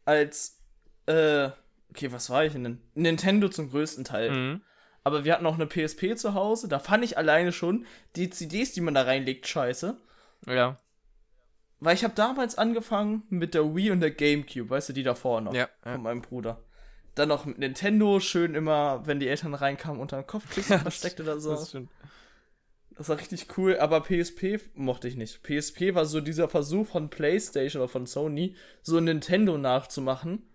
S1: als äh okay, was war ich denn? Nintendo zum größten Teil,
S2: Mhm.
S1: Aber wir hatten auch eine PSP zu Hause. Da fand ich alleine schon die CDs, die man da reinlegt, scheiße.
S2: Ja.
S1: Weil ich habe damals angefangen mit der Wii und der Gamecube, weißt du, die davor noch.
S2: Ja,
S1: Von
S2: ja.
S1: meinem Bruder. Dann noch mit Nintendo, schön immer, wenn die Eltern reinkamen, unter den Kopfkissen versteckt oder so.
S2: Das stimmt.
S1: Das war richtig cool, aber PSP mochte ich nicht. PSP war so dieser Versuch von PlayStation oder von Sony, so Nintendo nachzumachen.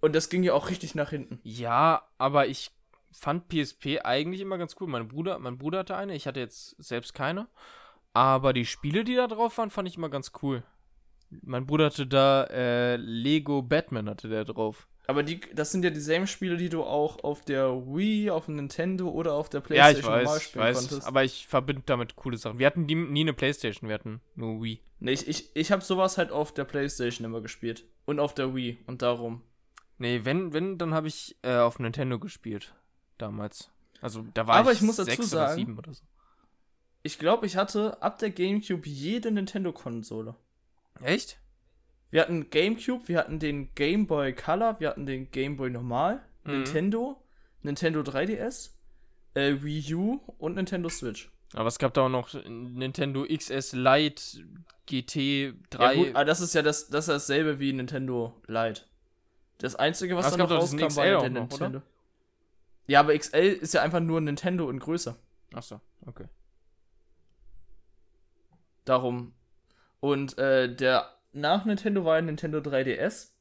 S1: Und das ging ja auch richtig nach hinten.
S2: Ja, aber ich fand PSP eigentlich immer ganz cool. Mein Bruder, mein Bruder hatte eine, ich hatte jetzt selbst keine. Aber die Spiele, die da drauf waren, fand ich immer ganz cool. Mein Bruder hatte da äh, Lego Batman hatte der drauf.
S1: Aber die, das sind ja dieselben Spiele, die du auch auf der Wii, auf dem Nintendo oder auf der
S2: Ja, ich
S1: PlayStation normal
S2: weiß,
S1: spielen
S2: weiß.
S1: konntest.
S2: Aber ich verbinde damit coole Sachen. Wir hatten die, nie eine Playstation, wir hatten nur Wii.
S1: nee, ich, ich, ich habe sowas halt auf der PlayStation immer gespielt. Und auf der Wii und darum.
S2: Nee, wenn, wenn, dann habe ich äh, auf Nintendo gespielt. Damals. Also da war
S1: Aber ich muss dazu
S2: sechs oder
S1: sagen-
S2: sieben oder so.
S1: Ich glaube, ich hatte ab der GameCube jede Nintendo-Konsole.
S2: Echt?
S1: Wir hatten GameCube, wir hatten den Game Boy Color, wir hatten den Game Boy Normal,
S2: Mhm.
S1: Nintendo, Nintendo 3DS, äh, Wii U und Nintendo Switch.
S2: Aber es gab da auch noch Nintendo XS Lite, GT 3.
S1: Ja, gut,
S2: also
S1: aber das ist ja das, das ist dasselbe wie Nintendo Lite. Das einzige, was
S2: Aber es
S1: da noch
S2: gab doch diesen
S1: rauskam, war
S2: XL
S1: der
S2: auch noch, oder?
S1: Nintendo. Ja, aber XL ist ja einfach nur Nintendo in Größe.
S2: Achso, okay.
S1: Darum. Und äh, der nach Nintendo war ja Nintendo 3DS.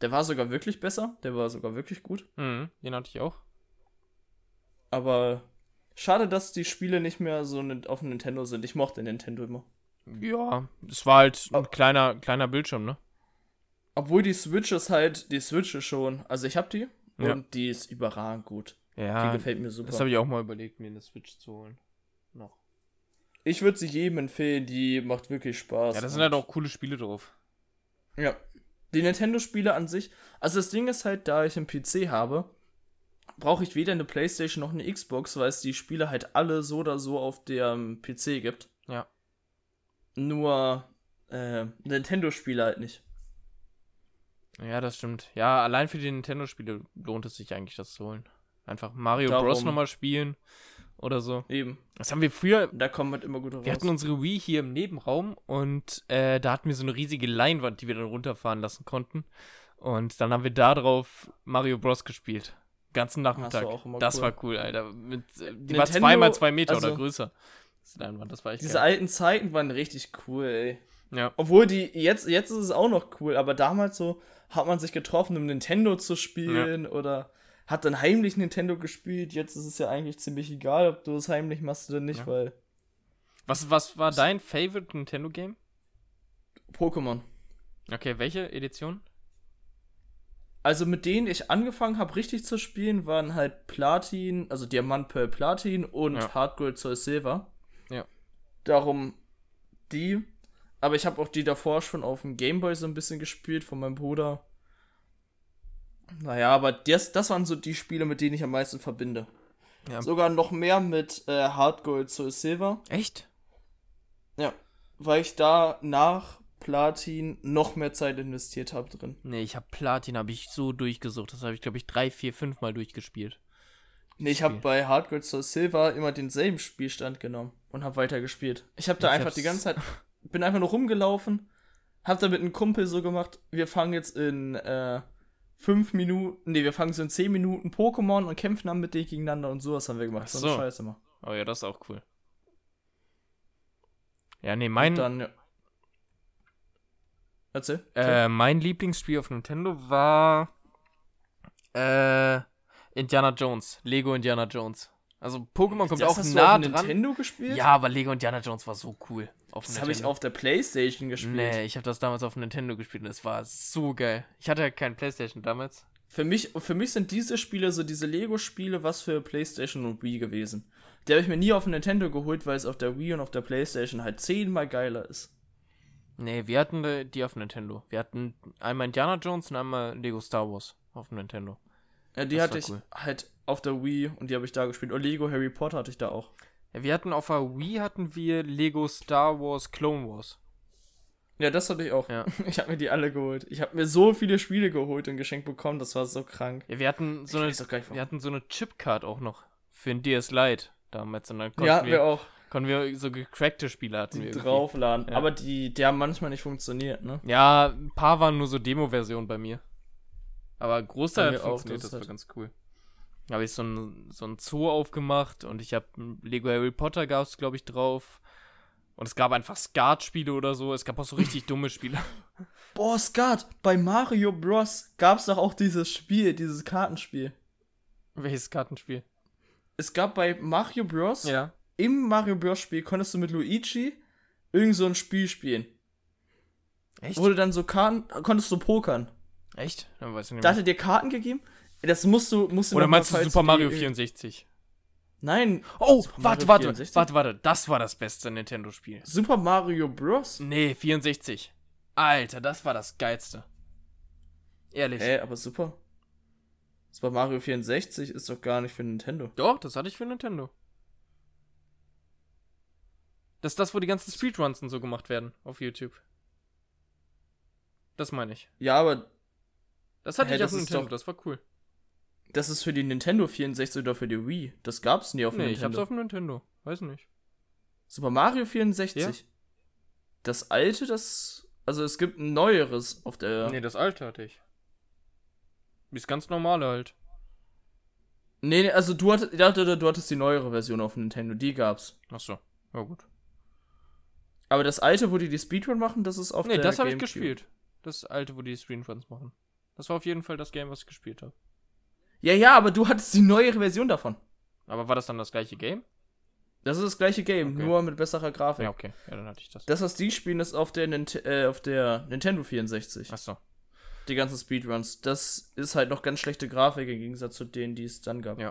S1: Der war sogar wirklich besser. Der war sogar wirklich gut.
S2: Mhm, den hatte ich auch.
S1: Aber schade, dass die Spiele nicht mehr so ni- auf dem Nintendo sind. Ich mochte Nintendo immer.
S2: Ja, es war halt ein kleiner, kleiner Bildschirm, ne?
S1: Obwohl die Switch ist halt, die Switch ist schon. Also ich hab die
S2: Ja.
S1: und die ist überragend gut. Die
S2: Ja,
S1: gefällt mir super.
S2: das habe ich auch mal überlegt, mir eine Switch zu holen. Noch.
S1: ich würde sie jedem empfehlen, die macht wirklich Spaß.
S2: Ja, da sind
S1: Und-
S2: halt auch coole Spiele drauf.
S1: Ja. Die Nintendo-Spiele an sich. Also das Ding ist halt, da ich einen PC habe, brauche ich weder eine Playstation noch eine Xbox, weil es die Spiele halt alle so oder so auf dem PC gibt.
S2: Ja.
S1: Nur äh, Nintendo-Spiele halt nicht.
S2: Ja, das stimmt. Ja, allein für die Nintendo-Spiele lohnt es sich eigentlich, das zu holen. Einfach Mario
S1: Darum.
S2: Bros. nochmal spielen oder so.
S1: Eben.
S2: Das haben wir früher.
S1: Da kommen wir immer gut raus.
S2: Wir hatten unsere Wii hier im Nebenraum und äh, da hatten wir so eine riesige Leinwand, die wir dann runterfahren lassen konnten. Und dann haben wir da drauf Mario Bros. gespielt. Ganzen Nachmittag.
S1: auch immer
S2: Das
S1: cool.
S2: war cool, Alter. Mit, äh, die war
S1: Nintendo-
S2: zweimal zwei Meter oder
S1: also-
S2: größer. Das Leinwand, das war echt
S1: Diese
S2: geil.
S1: alten Zeiten waren richtig cool, ey.
S2: Ja.
S1: Obwohl die, jetzt, jetzt ist es auch noch cool, aber damals so hat man sich getroffen, um Nintendo zu spielen oder hat dann heimlich Nintendo gespielt. Jetzt ist es ja eigentlich ziemlich egal, ob du es heimlich machst oder nicht,
S2: Ja.
S1: weil
S2: Was, was war dein Favorite Nintendo-Game?
S1: Pokémon.
S2: Okay, welche Edition?
S1: Also mit denen ich angefangen habe, richtig zu spielen, waren halt Platin, also Diamant, Pearl, Platin und
S2: Ja.
S1: Hard Gold, Soul, Silver.
S2: Ja.
S1: Darum die. Aber ich habe auch die davor schon auf dem Gameboy so ein bisschen gespielt von meinem Bruder. Naja, aber das, das waren so die Spiele, mit denen ich am meisten verbinde.
S2: Ja.
S1: Sogar noch mehr mit äh, Hard Gold, Soul, Silver.
S2: Echt?
S1: Ja. Weil ich da nach Platin noch mehr Zeit investiert habe drin.
S2: Nee, ich habe Platin, habe ich so durchgesucht. Das habe ich, glaube ich, drei, vier, fünf Mal durchgespielt.
S1: Nee, ich habe
S2: Spiel.
S1: bei Hard Gold Soul Silver immer denselben Spielstand genommen und habe weiter gespielt. Ich habe da
S2: Ich
S1: einfach
S2: hab's-
S1: die ganze Zeit, bin einfach nur rumgelaufen, habe da mit einem Kumpel so gemacht, wir fangen jetzt in äh, fünf Minuten, nee, wir fangen so in zehn Minuten Pokémon und kämpfen dann mit denen gegeneinander und sowas haben wir gemacht.
S2: Ach
S1: eine
S2: so.
S1: Scheiße mal.
S2: Oh ja, das ist auch cool. Ja, nee,
S1: Und
S2: mein,
S1: dann, ja. Erzähl.
S2: äh, mein Lieblingsspiel auf Nintendo war äh, Indiana Jones, Lego Indiana Jones. Also Pokémon kommt ja auch
S1: hast
S2: nah
S1: du auf
S2: dran.
S1: Nintendo gespielt?
S2: Ja, aber Lego Indiana Jones war so cool. Auf
S1: Das habe ich
S2: Nintendo.
S1: auf der Playstation gespielt.
S2: Nee, ich habe das damals auf Nintendo gespielt und es war so geil. Ich hatte ja keinen Playstation damals.
S1: Für mich, für mich sind diese Spiele, so diese Lego-Spiele, was für PlayStation und Wii gewesen. Die habe ich mir nie auf dem Nintendo geholt, weil es auf der Wii und auf der PlayStation halt zehnmal geiler ist.
S2: Nee, wir hatten äh, die auf Nintendo. Wir hatten einmal Indiana Jones und einmal Lego Star Wars auf Nintendo.
S1: Ja, die
S2: Das war
S1: hatte ich
S2: cool.
S1: halt auf der Wii und die habe ich da gespielt. Und Lego Harry Potter hatte ich da auch.
S2: Ja, wir hatten auf der Wii hatten wir Lego Star Wars Clone Wars.
S1: Ja, das hatte ich auch.
S2: Ja.
S1: Ich habe mir die alle geholt. Ich habe mir so viele Spiele geholt und geschenkt bekommen, das war so krank.
S2: Ja, wir hatten so
S1: Ich
S2: eine,
S1: weiß doch gar nicht, warum.
S2: wir hatten so eine Chipcard auch noch für ein DS Lite damals. Und dann konnten,
S1: ja, wir
S2: wir,
S1: auch.
S2: konnten wir so gecrackte Spiele hatten wir
S1: Die
S2: irgendwie.
S1: draufladen.
S2: Ja.
S1: Aber die, die haben manchmal nicht funktioniert, ne?
S2: Ja, ein paar waren nur so Demo-Versionen bei mir. Aber ein
S1: Bei
S2: Großteil
S1: mir
S2: hat
S1: auch,
S2: funktioniert, das
S1: das halt
S2: war
S1: hat-
S2: ganz cool. Da habe ich so ein, so ein Zoo aufgemacht und ich habe Lego Harry Potter gab es, glaube ich, drauf. Und es gab einfach Skat-Spiele oder so. Es gab auch so richtig dumme Spiele.
S1: Boah, Skat, bei Mario Bros. gab's doch auch dieses Spiel, dieses Kartenspiel.
S2: Welches Kartenspiel?
S1: Es gab bei Mario Bros.
S2: Ja.
S1: Im Mario Bros. Spiel konntest du mit Luigi irgend so ein Spiel spielen.
S2: Echt?
S1: Wurde dann so Karten, konntest du pokern.
S2: Echt? Dann weiß ich nicht
S1: Da
S2: mehr.
S1: hat er dir Karten gegeben? Das musst du, musst du
S2: oder
S1: noch mal,
S2: meinst du
S1: falls
S2: Super
S1: die-
S2: Mario 64?
S1: Nein.
S2: Oh,
S1: Super
S2: warte,
S1: Mario
S2: warte,
S1: 64?
S2: warte, warte. Das war das beste Nintendo-Spiel.
S1: Super Mario Bros.
S2: Nee, 64. Alter, das war das geilste. Ehrlich.
S1: Hä, aber super. Super Mario 64 ist doch gar nicht für Nintendo.
S2: Doch, das hatte ich für Nintendo. Das ist das, wo die ganzen Speedruns und so gemacht werden auf YouTube. Das meine ich.
S1: Ja, aber
S2: Das hatte
S1: Hä,
S2: ich auf
S1: das ist
S2: Nintendo,
S1: doch-
S2: das war cool.
S1: das ist für die Nintendo 64 oder für die Wii. Das gab's nie auf
S2: Nee, ich
S1: Nintendo.
S2: hab's auf dem Nintendo. Weiß nicht.
S1: Super Mario 64.
S2: Ja.
S1: Das alte, das. Also es gibt ein neueres auf der.
S2: Nee,
S1: Nee,
S2: das alte hatte ich. Das ganz normale halt.
S1: nee, also du hattest, ja, du, du, du hattest die neuere Version auf Nintendo, die gab's.
S2: Achso. Ja, gut.
S1: Aber das alte, wo die die Speedrun machen, das ist auf
S2: Nee,
S1: der.
S2: das habe ich
S1: GameCube.
S2: gespielt. Das alte, wo die Screenruns machen. Das war auf jeden Fall das Game, was ich gespielt habe.
S1: Ja, ja, aber du hattest die neuere Version davon.
S2: Aber war das dann das gleiche Game?
S1: Das ist das gleiche Game,
S2: Okay.
S1: nur mit besserer Grafik.
S2: Ja, okay. Ja, dann hatte ich das.
S1: Das, was die spielen, ist auf der, Nint äh, auf der Nintendo 64.
S2: Achso.
S1: Die ganzen Speedruns. Das ist halt noch ganz schlechte Grafik im Gegensatz zu denen, die es dann gab.
S2: Ja.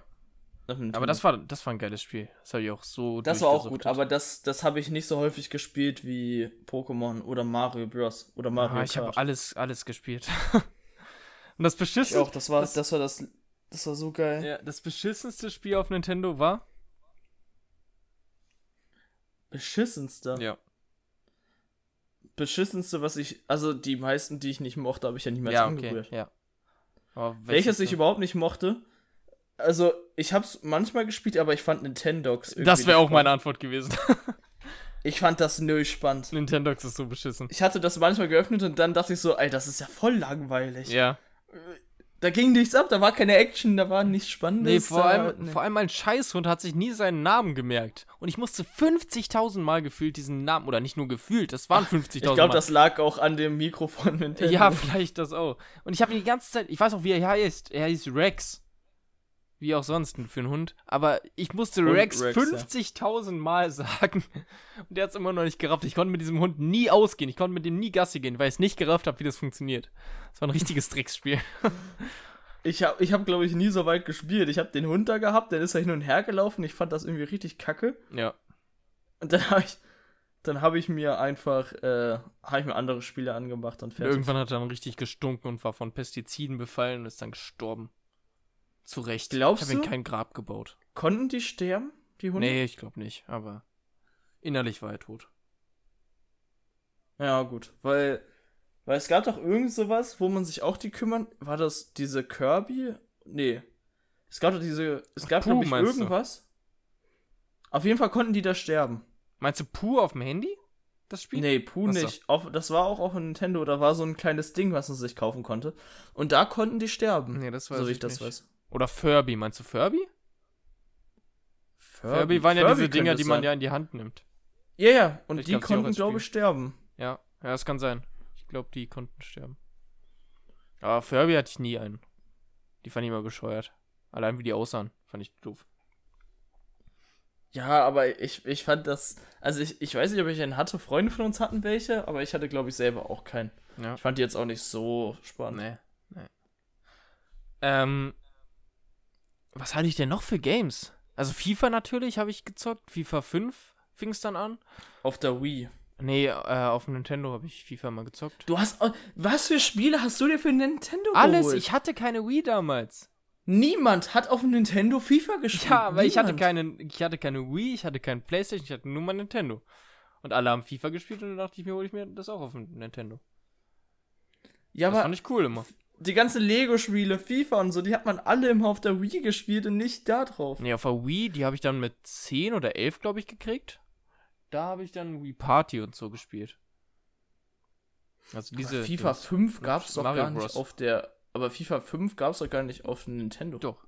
S1: Auf Nintendo.
S2: Aber das war, das war ein geiles Spiel. Das habe ich auch so
S1: Das war auch
S2: durchgesuchtet.
S1: gut, aber das, das habe ich nicht so häufig gespielt wie Pokémon oder Mario Bros. oder Mario
S2: Ah, ich habe
S1: Kart.
S2: alles, alles gespielt. Und das
S1: Ich
S2: beschissenste,
S1: auch, das war das, war das, das war so geil.
S2: ja, das beschissenste Spiel auf Nintendo war?
S1: Beschissenste. Beschissenste, was ich, also die meisten, die ich nicht mochte, habe ich ja niemals
S2: Ja, okay.
S1: angerührt.
S2: Ja. Aber
S1: Welches ich
S2: denn?
S1: überhaupt nicht mochte, also ich habe es manchmal gespielt, aber ich fand Nintendogs irgendwie
S2: Das wäre
S1: nicht
S2: auch meine Antwort gewesen.
S1: spannend. Ich fand das nö spannend.
S2: Nintendox ist so beschissen.
S1: Ich hatte das manchmal geöffnet und dann dachte ich so, ey, das ist ja voll langweilig.
S2: Ja.
S1: Da ging nichts ab, da war keine Action, da war nichts Spannendes.
S2: Nee, vor
S1: da-
S2: allem,
S1: nee.
S2: vor allem mein Scheißhund hat sich nie seinen Namen gemerkt. Und ich musste 50.000 Mal gefühlt diesen Namen, oder nicht nur gefühlt, das waren 50.000
S1: Ich
S2: Mal.
S1: glaube, das lag auch an dem Mikrofon Nintendo.
S2: Ja, vielleicht das auch. Und ich habe die ganze Zeit, ich weiß auch, wie er heißt. Er heißt Rex. Wie auch sonst für einen Hund. Aber ich musste
S1: Und
S2: Rex,
S1: Rex,
S2: 50.000 Mal sagen. Und der hat es immer noch nicht gerafft. Ich konnte mit diesem Hund nie ausgehen. Ich konnte mit dem nie Gassi gehen, weil ich es nicht gerafft habe, wie das funktioniert. Das war ein richtiges Tricksspiel.
S1: Ich habe, ich hab, glaube ich, nie so weit gespielt. Ich habe den Hund da gehabt, dann ist er hin und her gelaufen. Ich fand das irgendwie richtig kacke.
S2: Ja.
S1: Und dann habe ich, dann habe ich mir einfach, äh, habe ich mir andere Spiele angemacht und
S2: Und
S1: fertig.
S2: irgendwann hat er dann richtig gestunken und war von Pestiziden befallen und ist dann gestorben. Zu Recht.
S1: Glaubst
S2: ich habe
S1: du?
S2: ihm kein Grab gebaut.
S1: Konnten die sterben, die Hunde?
S2: Nee, ich glaube nicht. Aber innerlich war er tot.
S1: Ja, gut, weil, weil es gab doch irgend sowas, wo man sich auch die kümmern. War das diese Kirby? Nee. Es gab doch diese, es gab,
S2: Puh,
S1: glaube ich,
S2: meinst du?
S1: irgendwas. Auf jeden Fall konnten die da sterben.
S2: Meinst du Puh auf dem Handy? Das Spiel?
S1: Nee, Puh
S2: Ach so.
S1: nicht. Auf, das war auch auf dem Nintendo, da war so ein kleines Ding, was man sich kaufen konnte. Und da konnten die sterben.
S2: Nee, das weiß
S1: so wie
S2: ich
S1: ich das
S2: nicht.
S1: weiß.
S2: Oder Furby, meinst du Furby? Furby,
S1: Furby
S2: waren ja
S1: Furby
S2: diese Dinger,
S1: könnte
S2: die
S1: es
S2: man
S1: sein.
S2: ja in die Hand nimmt.
S1: Ja, ja, und
S2: Ich
S1: die
S2: glaub, sie auch
S1: konnten,
S2: als
S1: glaube ich, sterben.
S2: Ja, ja, das kann sein. Ich glaube, die konnten sterben. Aber Furby hatte ich nie einen. Die fand ich immer bescheuert. Allein wie die aussahen, fand ich doof.
S1: Ja, aber ich, ich fand das. Also, ich, ich weiß nicht, ob ich einen hatte. Freunde von uns hatten welche, aber ich hatte, glaube ich, selber auch keinen.
S2: Ja.
S1: Ich fand die jetzt auch nicht so spannend.
S2: Nee, nee. Ähm, was hatte ich denn noch für Games? Also FIFA natürlich habe ich gezockt. FIFA 5 fing es dann an.
S1: Auf der Wii.
S2: Nee, äh, auf dem Nintendo habe ich FIFA mal gezockt.
S1: Du hast. au- Was für Spiele hast du dir für Nintendo
S2: Alles,
S1: geholt?
S2: ich hatte keine Wii damals.
S1: Niemand hat auf dem Nintendo FIFA gespielt.
S2: Ja, weil ich hatte
S1: Niemand.
S2: keine, ich hatte keine Wii, ich hatte keinen Playstation, ich hatte nur mein Nintendo. Und alle haben FIFA gespielt und dann dachte ich mir, hole ich mir das auch auf dem Nintendo.
S1: Ja,
S2: das
S1: aber
S2: fand ich cool immer.
S1: die ganzen Lego-Spiele, FIFA und so, die hat man alle immer auf der Wii gespielt und nicht da drauf.
S2: Nee, auf der Wii, die habe ich dann mit 10 oder 11, glaube ich, gekriegt. Da habe ich dann Wii Party und so gespielt. Also diese.
S1: aber FIFA
S2: Dings.
S1: 5 gab es doch
S2: Mario
S1: gar nicht
S2: Bros.
S1: auf der. Aber FIFA 5 gab es doch gar nicht auf Nintendo.
S2: Doch,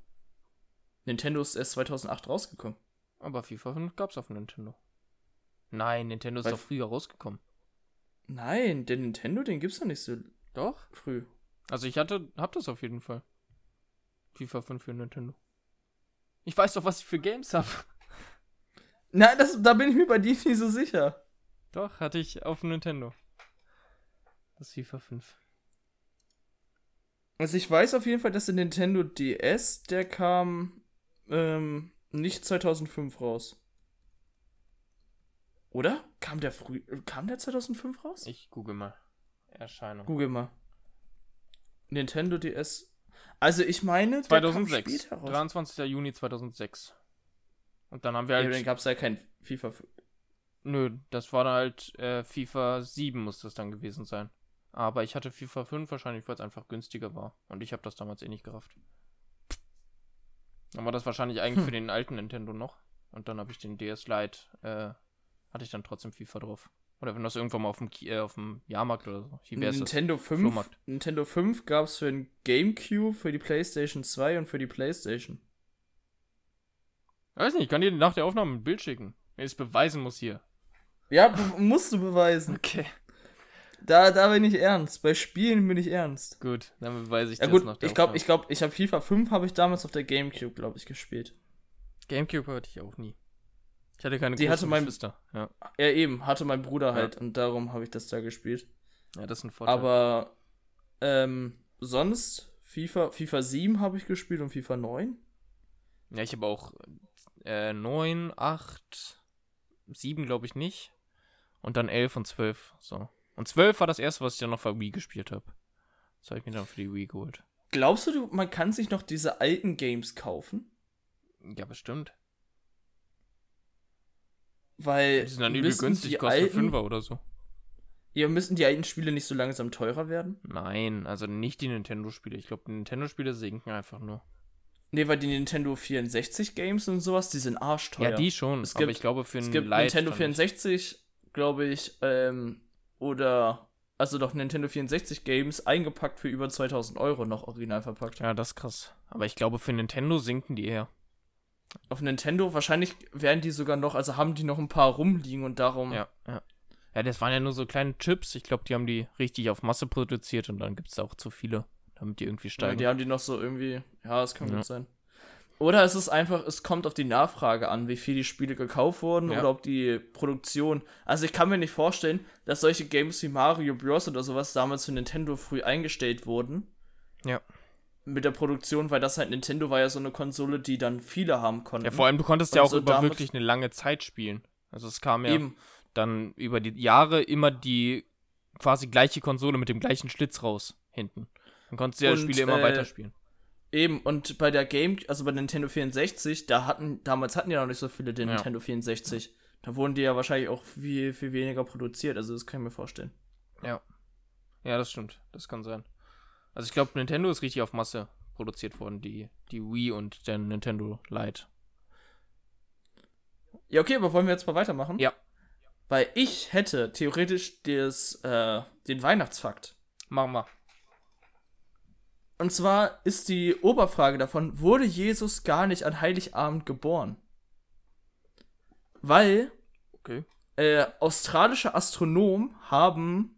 S1: Nintendo ist erst 2008 rausgekommen.
S2: aber FIFA 5 gab's auf Nintendo. Nein, Nintendo ist
S1: Weil-
S2: doch früher rausgekommen.
S1: Nein, der Nintendo, den gibt's doch nicht so
S2: Doch?
S1: früh.
S2: Also ich hatte, hab das auf jeden Fall. FIFA 5 für Nintendo. Ich weiß doch, was ich für Games habe.
S1: Nein, das, da bin ich mir bei dir nicht so sicher.
S2: Doch, hatte ich auf Nintendo. Das FIFA 5.
S1: Also ich weiß auf jeden Fall, dass der Nintendo DS, der kam ähm, nicht 2005 raus. Oder? Kam der früh, kam der 2005 raus?
S2: Ich google mal. Erscheinung.
S1: Google mal. Nintendo DS. Also ich meine, der kam
S2: 2006.
S1: später raus.
S2: 23. Juni 2006. Und dann haben wir
S1: Ja,
S2: halt.
S1: dann gab es ja kein FIFA. f-
S2: nö, das war dann halt äh, FIFA 7 muss das dann gewesen sein. Aber ich hatte FIFA 5 wahrscheinlich, weil es einfach günstiger war. Und ich habe das damals eh nicht gerafft. Dann war das wahrscheinlich eigentlich
S1: Hm.
S2: für den alten Nintendo noch. Und dann habe ich den DS Lite, äh, hatte ich dann trotzdem FIFA drauf. Oder wenn das irgendwann mal auf dem, Ki äh, auf dem Jahrmarkt oder so. Hier wär's das.
S1: Nintendo 5,
S2: Flohmarkt.
S1: Nintendo 5 gab es für den GameCube, für die PlayStation 2 und für die PlayStation.
S2: Weiß nicht, ich kann dir nach der Aufnahme ein Bild schicken. Wenn ich es beweisen muss hier.
S1: Ja, be- musst du beweisen.
S2: Okay.
S1: Da, da bin ich ernst. Bei Spielen bin ich ernst.
S2: Gut, dann beweise ich
S1: Ja
S2: das nach
S1: gut,
S2: der
S1: ich glaube,
S2: Aufnahme.
S1: ich glaube, ich habe FIFA 5 habe ich damals auf der GameCube, glaube ich, gespielt.
S2: Gamecube hatte ich auch nie. Ich hatte keine
S1: Die hatte mein-
S2: Geschwister. Ja.
S1: Ja, eben, hatte mein Bruder halt und darum habe ich das da gespielt.
S2: ja, das ist ein Vorteil.
S1: Aber ähm, sonst FIFA, FIFA 7 habe ich gespielt und FIFA 9.
S2: ja, ich habe auch äh, 9, 8, 7 glaube ich nicht. Und dann 11 und 12. So. Und 12 war das erste, was ich dann noch für Wii gespielt habe. Das habe ich mir dann für die Wii geholt.
S1: Glaubst du, du, man kann sich noch diese alten Games kaufen?
S2: Ja, bestimmt.
S1: Weil
S2: Die sind dann übel
S1: Äh, müssen
S2: günstig,
S1: die
S2: kosten
S1: alten,
S2: 5 oder so.
S1: Ja, müssen die alten Spiele nicht so langsam teurer werden?
S2: Nein, also nicht die Nintendo-Spiele. Ich glaube, die Nintendo-Spiele sinken einfach nur.
S1: Nee, weil die Nintendo 64 Games und sowas, die sind arschteuer.
S2: Ja, die schon.
S1: Es
S2: aber
S1: gibt-
S2: ich glaube, für
S1: Es
S2: einen
S1: gibt
S2: Lite
S1: Nintendo
S2: dann nicht.
S1: 64, glaube ich, ähm, oder also doch Nintendo 64 Games eingepackt für über 2000 Euro noch original verpackt.
S2: Ja, das ist krass. Aber ich glaube, für Nintendo sinken die eher.
S1: Auf Nintendo wahrscheinlich werden die sogar noch, also haben die noch ein paar rumliegen und darum.
S2: Ja, ja. Ja, das waren ja nur so kleine Chips. Ich glaube, die haben die richtig auf Masse produziert und dann gibt es auch zu viele, damit die irgendwie
S1: Ja,
S2: steigen.
S1: die haben die noch so irgendwie. Ja, es kann
S2: Ja.
S1: gut sein. Oder es ist einfach, es kommt auf die Nachfrage an, wie viel die Spiele gekauft wurden
S2: Ja.
S1: oder ob die Produktion. Also ich kann mir nicht vorstellen, dass solche Games wie Mario Bros. oder sowas damals für Nintendo früh eingestellt wurden.
S2: Ja.
S1: Mit der Produktion, weil das halt Nintendo war ja so eine Konsole, die dann viele haben konnten.
S2: Ja, vor allem, du konntest ja
S1: Und
S2: auch
S1: so
S2: über
S1: damit-
S2: wirklich eine lange Zeit spielen. Also es kam ja
S1: Eben.
S2: dann über die Jahre immer die quasi gleiche Konsole mit dem gleichen Schlitz raus hinten. Dann konntest du ja
S1: Und,
S2: Spiele immer
S1: äh,
S2: weiterspielen.
S1: Eben, und bei der Game, also bei Nintendo 64, da hatten, damals hatten ja noch nicht so viele den
S2: Ja.
S1: Nintendo 64. Da wurden die ja wahrscheinlich auch viel, viel weniger produziert, also das kann ich mir vorstellen.
S2: Ja, das stimmt. Das kann sein. Also ich glaube, Nintendo ist richtig auf Masse produziert worden, die, die Wii und der Nintendo Lite.
S1: Ja, okay, aber wollen wir jetzt mal weitermachen?
S2: Ja.
S1: Weil ich hätte theoretisch des, äh, den Weihnachtsfakt.
S2: Machen wir.
S1: Und zwar ist die Oberfrage davon, wurde Jesus gar nicht an Heiligabend geboren? Weil
S2: Okay.
S1: äh, australische Astronomen haben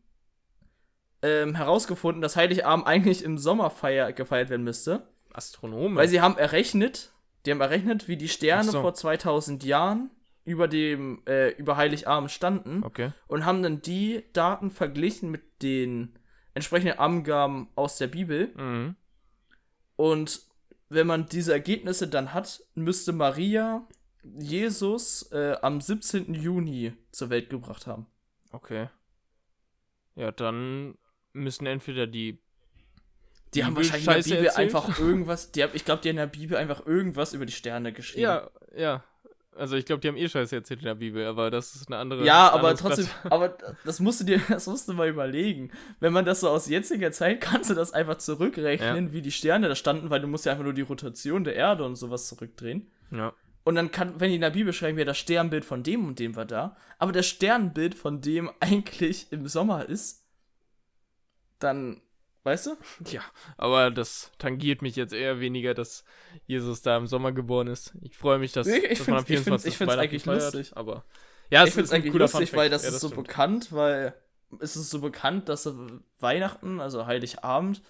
S1: ähm, herausgefunden, dass Heiligabend eigentlich im Sommer feier gefeiert werden müsste.
S2: Astronomen.
S1: Weil sie haben errechnet, die haben errechnet, wie die Sterne
S2: Hm. Ach so.
S1: vor 2000 Jahren über dem äh, über Heiligabend standen
S2: Okay.
S1: und haben dann die Daten verglichen mit den entsprechenden Angaben aus der Bibel.
S2: Mhm.
S1: Und wenn man diese Ergebnisse dann hat, müsste Maria Jesus äh, am 17. Juni zur Welt gebracht haben.
S2: Okay. Ja, dann müssen entweder die.
S1: Die haben
S2: Bibel
S1: wahrscheinlich in der
S2: Scheiße
S1: Bibel
S2: erzählt?
S1: einfach irgendwas, die haben, ich glaube, die haben in der Bibel einfach irgendwas über die Sterne geschrieben.
S2: ja. Also ich glaube, die haben eh Scheiße erzählt in der Bibel, aber das ist eine andere.
S1: Ja,
S2: ein
S1: aber
S2: anderes
S1: trotzdem,
S2: Blatt.
S1: aber das musst du dir, das musst du mal überlegen. Wenn man das so aus jetziger Zeit, kannst du das einfach zurückrechnen, wie die Sterne da standen, weil du musst ja einfach nur die Rotation der Erde und sowas zurückdrehen.
S2: Ja.
S1: Und dann kann, wenn die in der Bibel schreiben, ja, das Sternbild von dem und dem war da, aber das Sternbild von dem eigentlich im Sommer ist, dann, weißt du?
S2: Tja, aber das tangiert mich jetzt eher weniger, dass Jesus da im Sommer geboren ist. Ich freue mich, dass,
S1: Ich- ich
S2: dass man am
S1: find's- ich find's-
S2: 24.
S1: ich find's
S2: Weihnachten
S1: eigentlich lustig.
S2: Aber ja,
S1: ich finde es
S2: ein
S1: eigentlich
S2: cooler
S1: lustig,
S2: Funfact.
S1: weil das
S2: ja,
S1: ist so
S2: stimmt.
S1: bekannt, weil es ist so bekannt, dass äh, Weihnachten, also Heiligabend,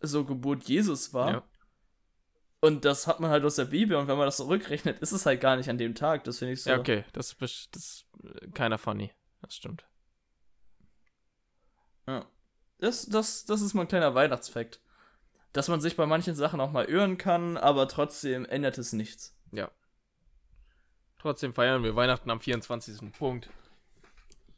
S1: so Geburt Jesus war.
S2: Ja.
S1: Und das hat man halt aus der Bibel und wenn man das zurückrechnet, ist es halt gar nicht an dem Tag. Das finde ich so.
S2: Ja, okay, das ist, das ist keiner funny. Das stimmt.
S1: Ja. Das, das, das ist mal ein kleiner Weihnachtsfakt. Dass man sich bei manchen Sachen auch mal irren kann, aber trotzdem ändert es nichts.
S2: Trotzdem feiern wir Weihnachten am 24. Punkt.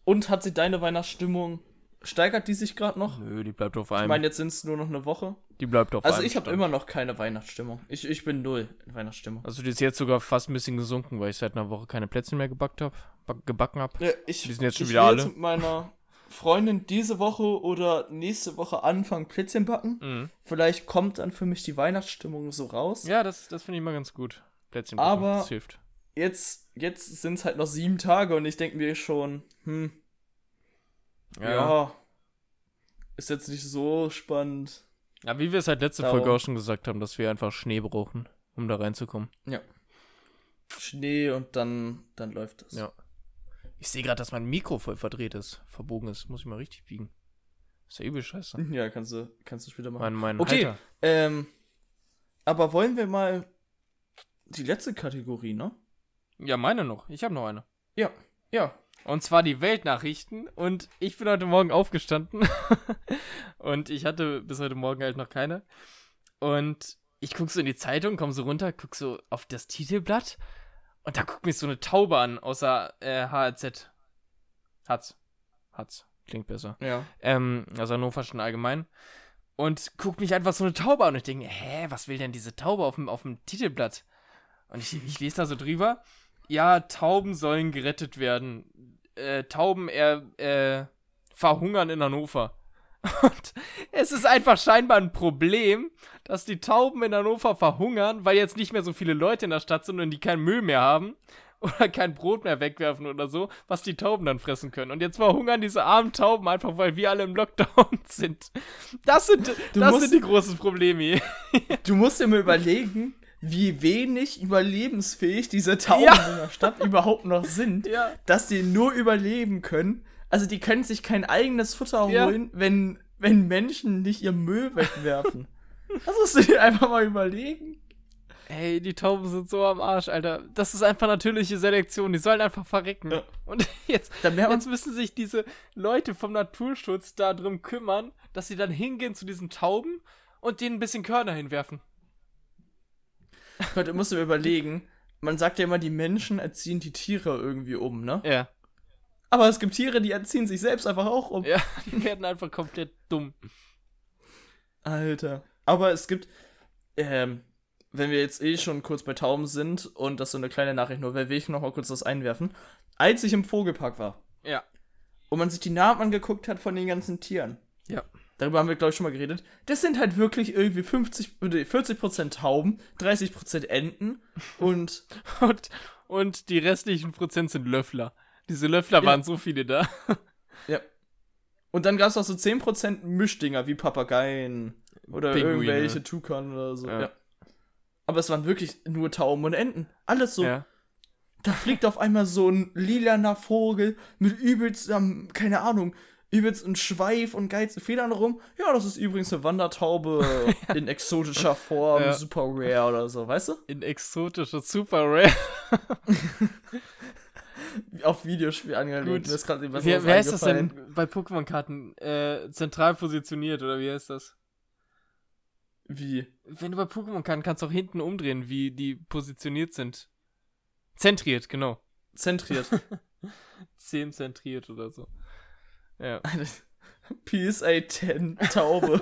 S1: Und hat sich deine Weihnachtsstimmung, steigert die sich gerade noch?
S2: Nö, die bleibt auf
S1: Ich
S2: einem.
S1: meine, jetzt sind es nur noch eine Woche.
S2: die bleibt auf
S1: Also
S2: einem
S1: ich habe
S2: Stand.
S1: immer noch keine Weihnachtsstimmung. Ich, ich bin null in Weihnachtsstimmung.
S2: Also die ist jetzt sogar fast ein bisschen gesunken, weil ich seit einer Woche keine Plätzchen mehr gebackt hab, back- gebacken habe.
S1: Ja, ich,
S2: Die sind jetzt schon
S1: ich
S2: wieder
S1: will
S2: alle.
S1: mit meiner Freundin diese Woche oder nächste Woche anfangen, Plätzchen backen.
S2: Mhm.
S1: Vielleicht kommt dann für mich die Weihnachtsstimmung so raus.
S2: Ja, das, das finde ich mal ganz gut. Plätzchen backen,
S1: Aber-
S2: das hilft.
S1: Jetzt, jetzt sind es halt noch sieben Tage und ich denke mir schon, hm, ja. ist jetzt nicht so spannend.
S2: Ja, wie wir es halt letzte
S1: Darum.
S2: Folge auch schon gesagt haben, dass wir einfach Schnee brauchen, um da reinzukommen.
S1: Schnee und dann, dann läuft das.
S2: Ja. Ich sehe gerade, dass mein Mikro voll verdreht ist, verbogen ist. Muss ich mal richtig biegen. Ist ja übel scheiße.
S1: Ja, kannst du, kannst du später machen.
S2: Mein, mein
S1: Okay.
S2: Halter.
S1: Ähm, aber wollen wir mal die letzte Kategorie, ne?
S2: Ja, meine noch. Ich habe noch eine.
S1: Ja, ja.
S2: Und zwar die Weltnachrichten. Und ich bin heute Morgen aufgestanden. und ich hatte bis heute Morgen halt noch keine. Und ich guck so in die Zeitung, komm so runter, guck so auf das Titelblatt. Und da guckt mich so eine Taube an, außer äh, HRZ. Hatz. Hatz. Klingt besser.
S1: Ja.
S2: Ähm, also Hannoverschen allgemein. Und guckt mich einfach so eine Taube an und ich denke, hä, was will denn diese Taube auf dem, auf dem Titelblatt? Und ich, ich lese da so drüber, ja, Tauben sollen gerettet werden. Äh, Tauben er, äh, verhungern in Hannover. Und es ist einfach scheinbar ein Problem, dass die Tauben in Hannover verhungern, weil jetzt nicht mehr so viele Leute in der Stadt sind und die kein Müll mehr haben oder kein Brot mehr wegwerfen oder so, was die Tauben dann fressen können. Und jetzt verhungern diese armen Tauben einfach, weil wir alle im Lockdown sind. Das sind, das
S1: musst-
S2: sind die großen Probleme hier.
S1: Du musst dir mal überlegen, wie wenig überlebensfähig diese Tauben
S2: Ja.
S1: in der Stadt überhaupt noch sind,
S2: Ja.
S1: dass die nur überleben können. Also die können sich kein eigenes Futter
S2: Ja.
S1: holen, wenn, wenn Menschen nicht ihr Müll wegwerfen. das musst du dir einfach mal überlegen.
S2: Ey, die Tauben sind so am Arsch, Alter. Das ist einfach natürliche Selektion. Die sollen einfach verrecken.
S1: Ja.
S2: Und jetzt,
S1: Da merkt man-
S2: jetzt müssen sich diese Leute vom Naturschutz darum kümmern, dass sie dann hingehen zu diesen Tauben und denen ein bisschen Körner hinwerfen.
S1: Gott, du musst dir überlegen, man sagt ja immer, die Menschen erziehen die Tiere irgendwie um, ne?
S2: Ja.
S1: Aber es gibt Tiere, die erziehen sich selbst einfach auch um.
S2: Ja, die werden einfach komplett dumm.
S1: Alter. Aber es gibt, ähm, wenn wir jetzt eh schon kurz bei Tauben sind und das so eine kleine Nachricht nur, wäre, will ich noch mal kurz das einwerfen. Als ich im Vogelpark war
S2: Ja.
S1: und man sich die Namen angeguckt hat von den ganzen Tieren,
S2: Ja.
S1: darüber haben wir, glaube ich, schon mal geredet, das sind halt wirklich irgendwie 50, nee, 40% Tauben, 30% Enten und
S2: Und, und die restlichen Prozent sind Löffler. Diese Löffler waren so viele da.
S1: Und dann gab es auch so 10% Mischdinger wie Papageien oder
S2: Pinguine.
S1: irgendwelche Tukan oder so.
S2: Ja.
S1: Ja. Aber es waren wirklich nur Tauben und Enten. Alles so. Da fliegt auf einmal so ein lilaner Vogel mit übelst, ähm, keine Ahnung, übelst einem Schweif und geilsten Federn rum. Ja, das ist übrigens eine Wandertaube in exotischer Form,
S2: Ja.
S1: super rare oder so, weißt du?
S2: In exotischer Super Rare.
S1: Auf Videospiel angelegt.
S2: Gut.
S1: Mir ist grad was
S2: Wer,
S1: anderes
S2: wer ist das
S1: eingefallen.
S2: denn bei Pokémon-Karten? Äh, zentral positioniert, oder wie heißt das?
S1: Wie?
S2: Wenn du bei Pokémon kannst, kannst du auch hinten umdrehen, wie die positioniert sind. Zentriert, genau.
S1: Zentriert.
S2: Zehn zentriert oder so. Ja.
S1: Alter, PSA 10 Taube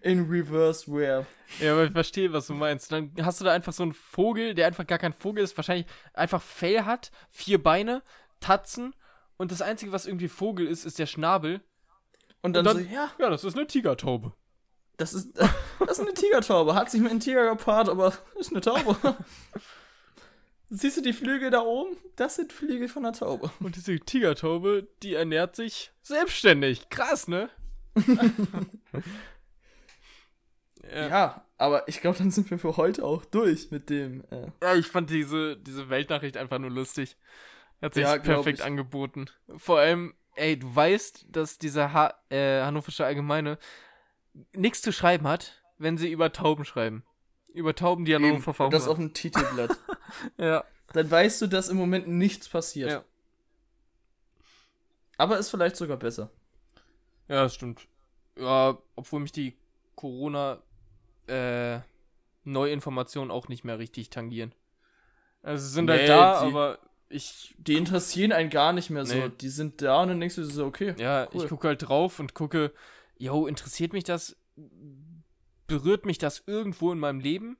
S1: in Reverse Wear.
S2: Ja, aber ich verstehe, was du meinst. Dann hast du da einfach so einen Vogel, der einfach gar kein Vogel ist, wahrscheinlich einfach Fell hat, vier Beine, Tatzen und das Einzige, was irgendwie Vogel ist, ist der Schnabel.
S1: Und dann,
S2: Und dann-
S1: so, ja,
S2: Ja, das ist eine Tigertaube.
S1: das ist, das ist eine Tigertaube. Hat sich mit einem Tiger gepaart, aber ist eine Taube. Siehst du die Flügel da oben? Das sind Flügel von einer Taube.
S2: Und diese Tigertaube, die ernährt sich selbstständig. Krass, ne?
S1: Ja,
S2: ja.
S1: aber ich glaube, dann sind wir für heute auch durch mit dem. Äh,
S2: ja, ich fand diese, diese Weltnachricht einfach nur lustig. Hat sich
S1: Ja, glaub
S2: perfekt
S1: ich.
S2: angeboten. Vor allem, ey, du weißt, dass diese ha äh, Hannoversche Allgemeine nichts zu schreiben hat, wenn sie über Tauben schreiben. Über Tauben, die Hannover
S1: eben,
S2: verfolgen.
S1: das auf dem Titelblatt.
S2: ja.
S1: dann weißt du, dass im Moment nichts passiert.
S2: Ja.
S1: Aber ist vielleicht sogar besser.
S2: Ja, das stimmt. Ja, obwohl mich die Corona äh, Neuinformationen auch nicht mehr richtig tangieren. Also sie sind
S1: Nee,
S2: halt da,
S1: sie-
S2: aber ich
S1: Die interessieren einen gar nicht mehr so.
S2: Nee.
S1: Die sind da und dann denkst du so, okay.
S2: ja,
S1: Cool.
S2: ich gucke halt drauf und gucke, yo, interessiert mich das? Berührt mich das irgendwo in meinem Leben?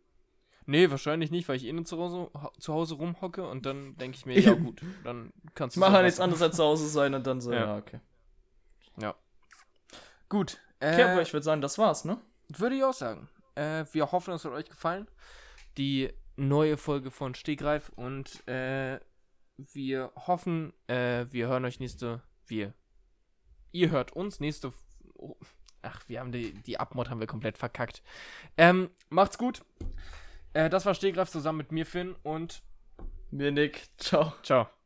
S2: Nee, wahrscheinlich nicht, weil ich innen zu Hause, zu Hause rumhocke und dann denke ich mir, ja
S1: Eben.
S2: gut, dann kannst
S1: Ich
S2: du
S1: mache
S2: es auch
S1: halt nichts
S2: lassen.
S1: anderes als zu Hause sein und dann so, ja,
S2: Ja.
S1: okay.
S2: Gut.
S1: Okay,
S2: Äh,
S1: aber ich würde sagen, das war's, ne?
S2: Würde ich auch sagen. Äh, wir hoffen, es hat euch gefallen. Die neue Folge von Stegreif und äh, wir hoffen, äh, wir hören euch nächste. Wir. Ihr hört uns nächste. F- Oh, ach, wir haben die, die Abmord haben wir komplett verkackt. Ähm, macht's gut. Äh, das war Stegreif zusammen mit mir, Finn, und
S1: Mir Nick, ciao.
S2: ciao.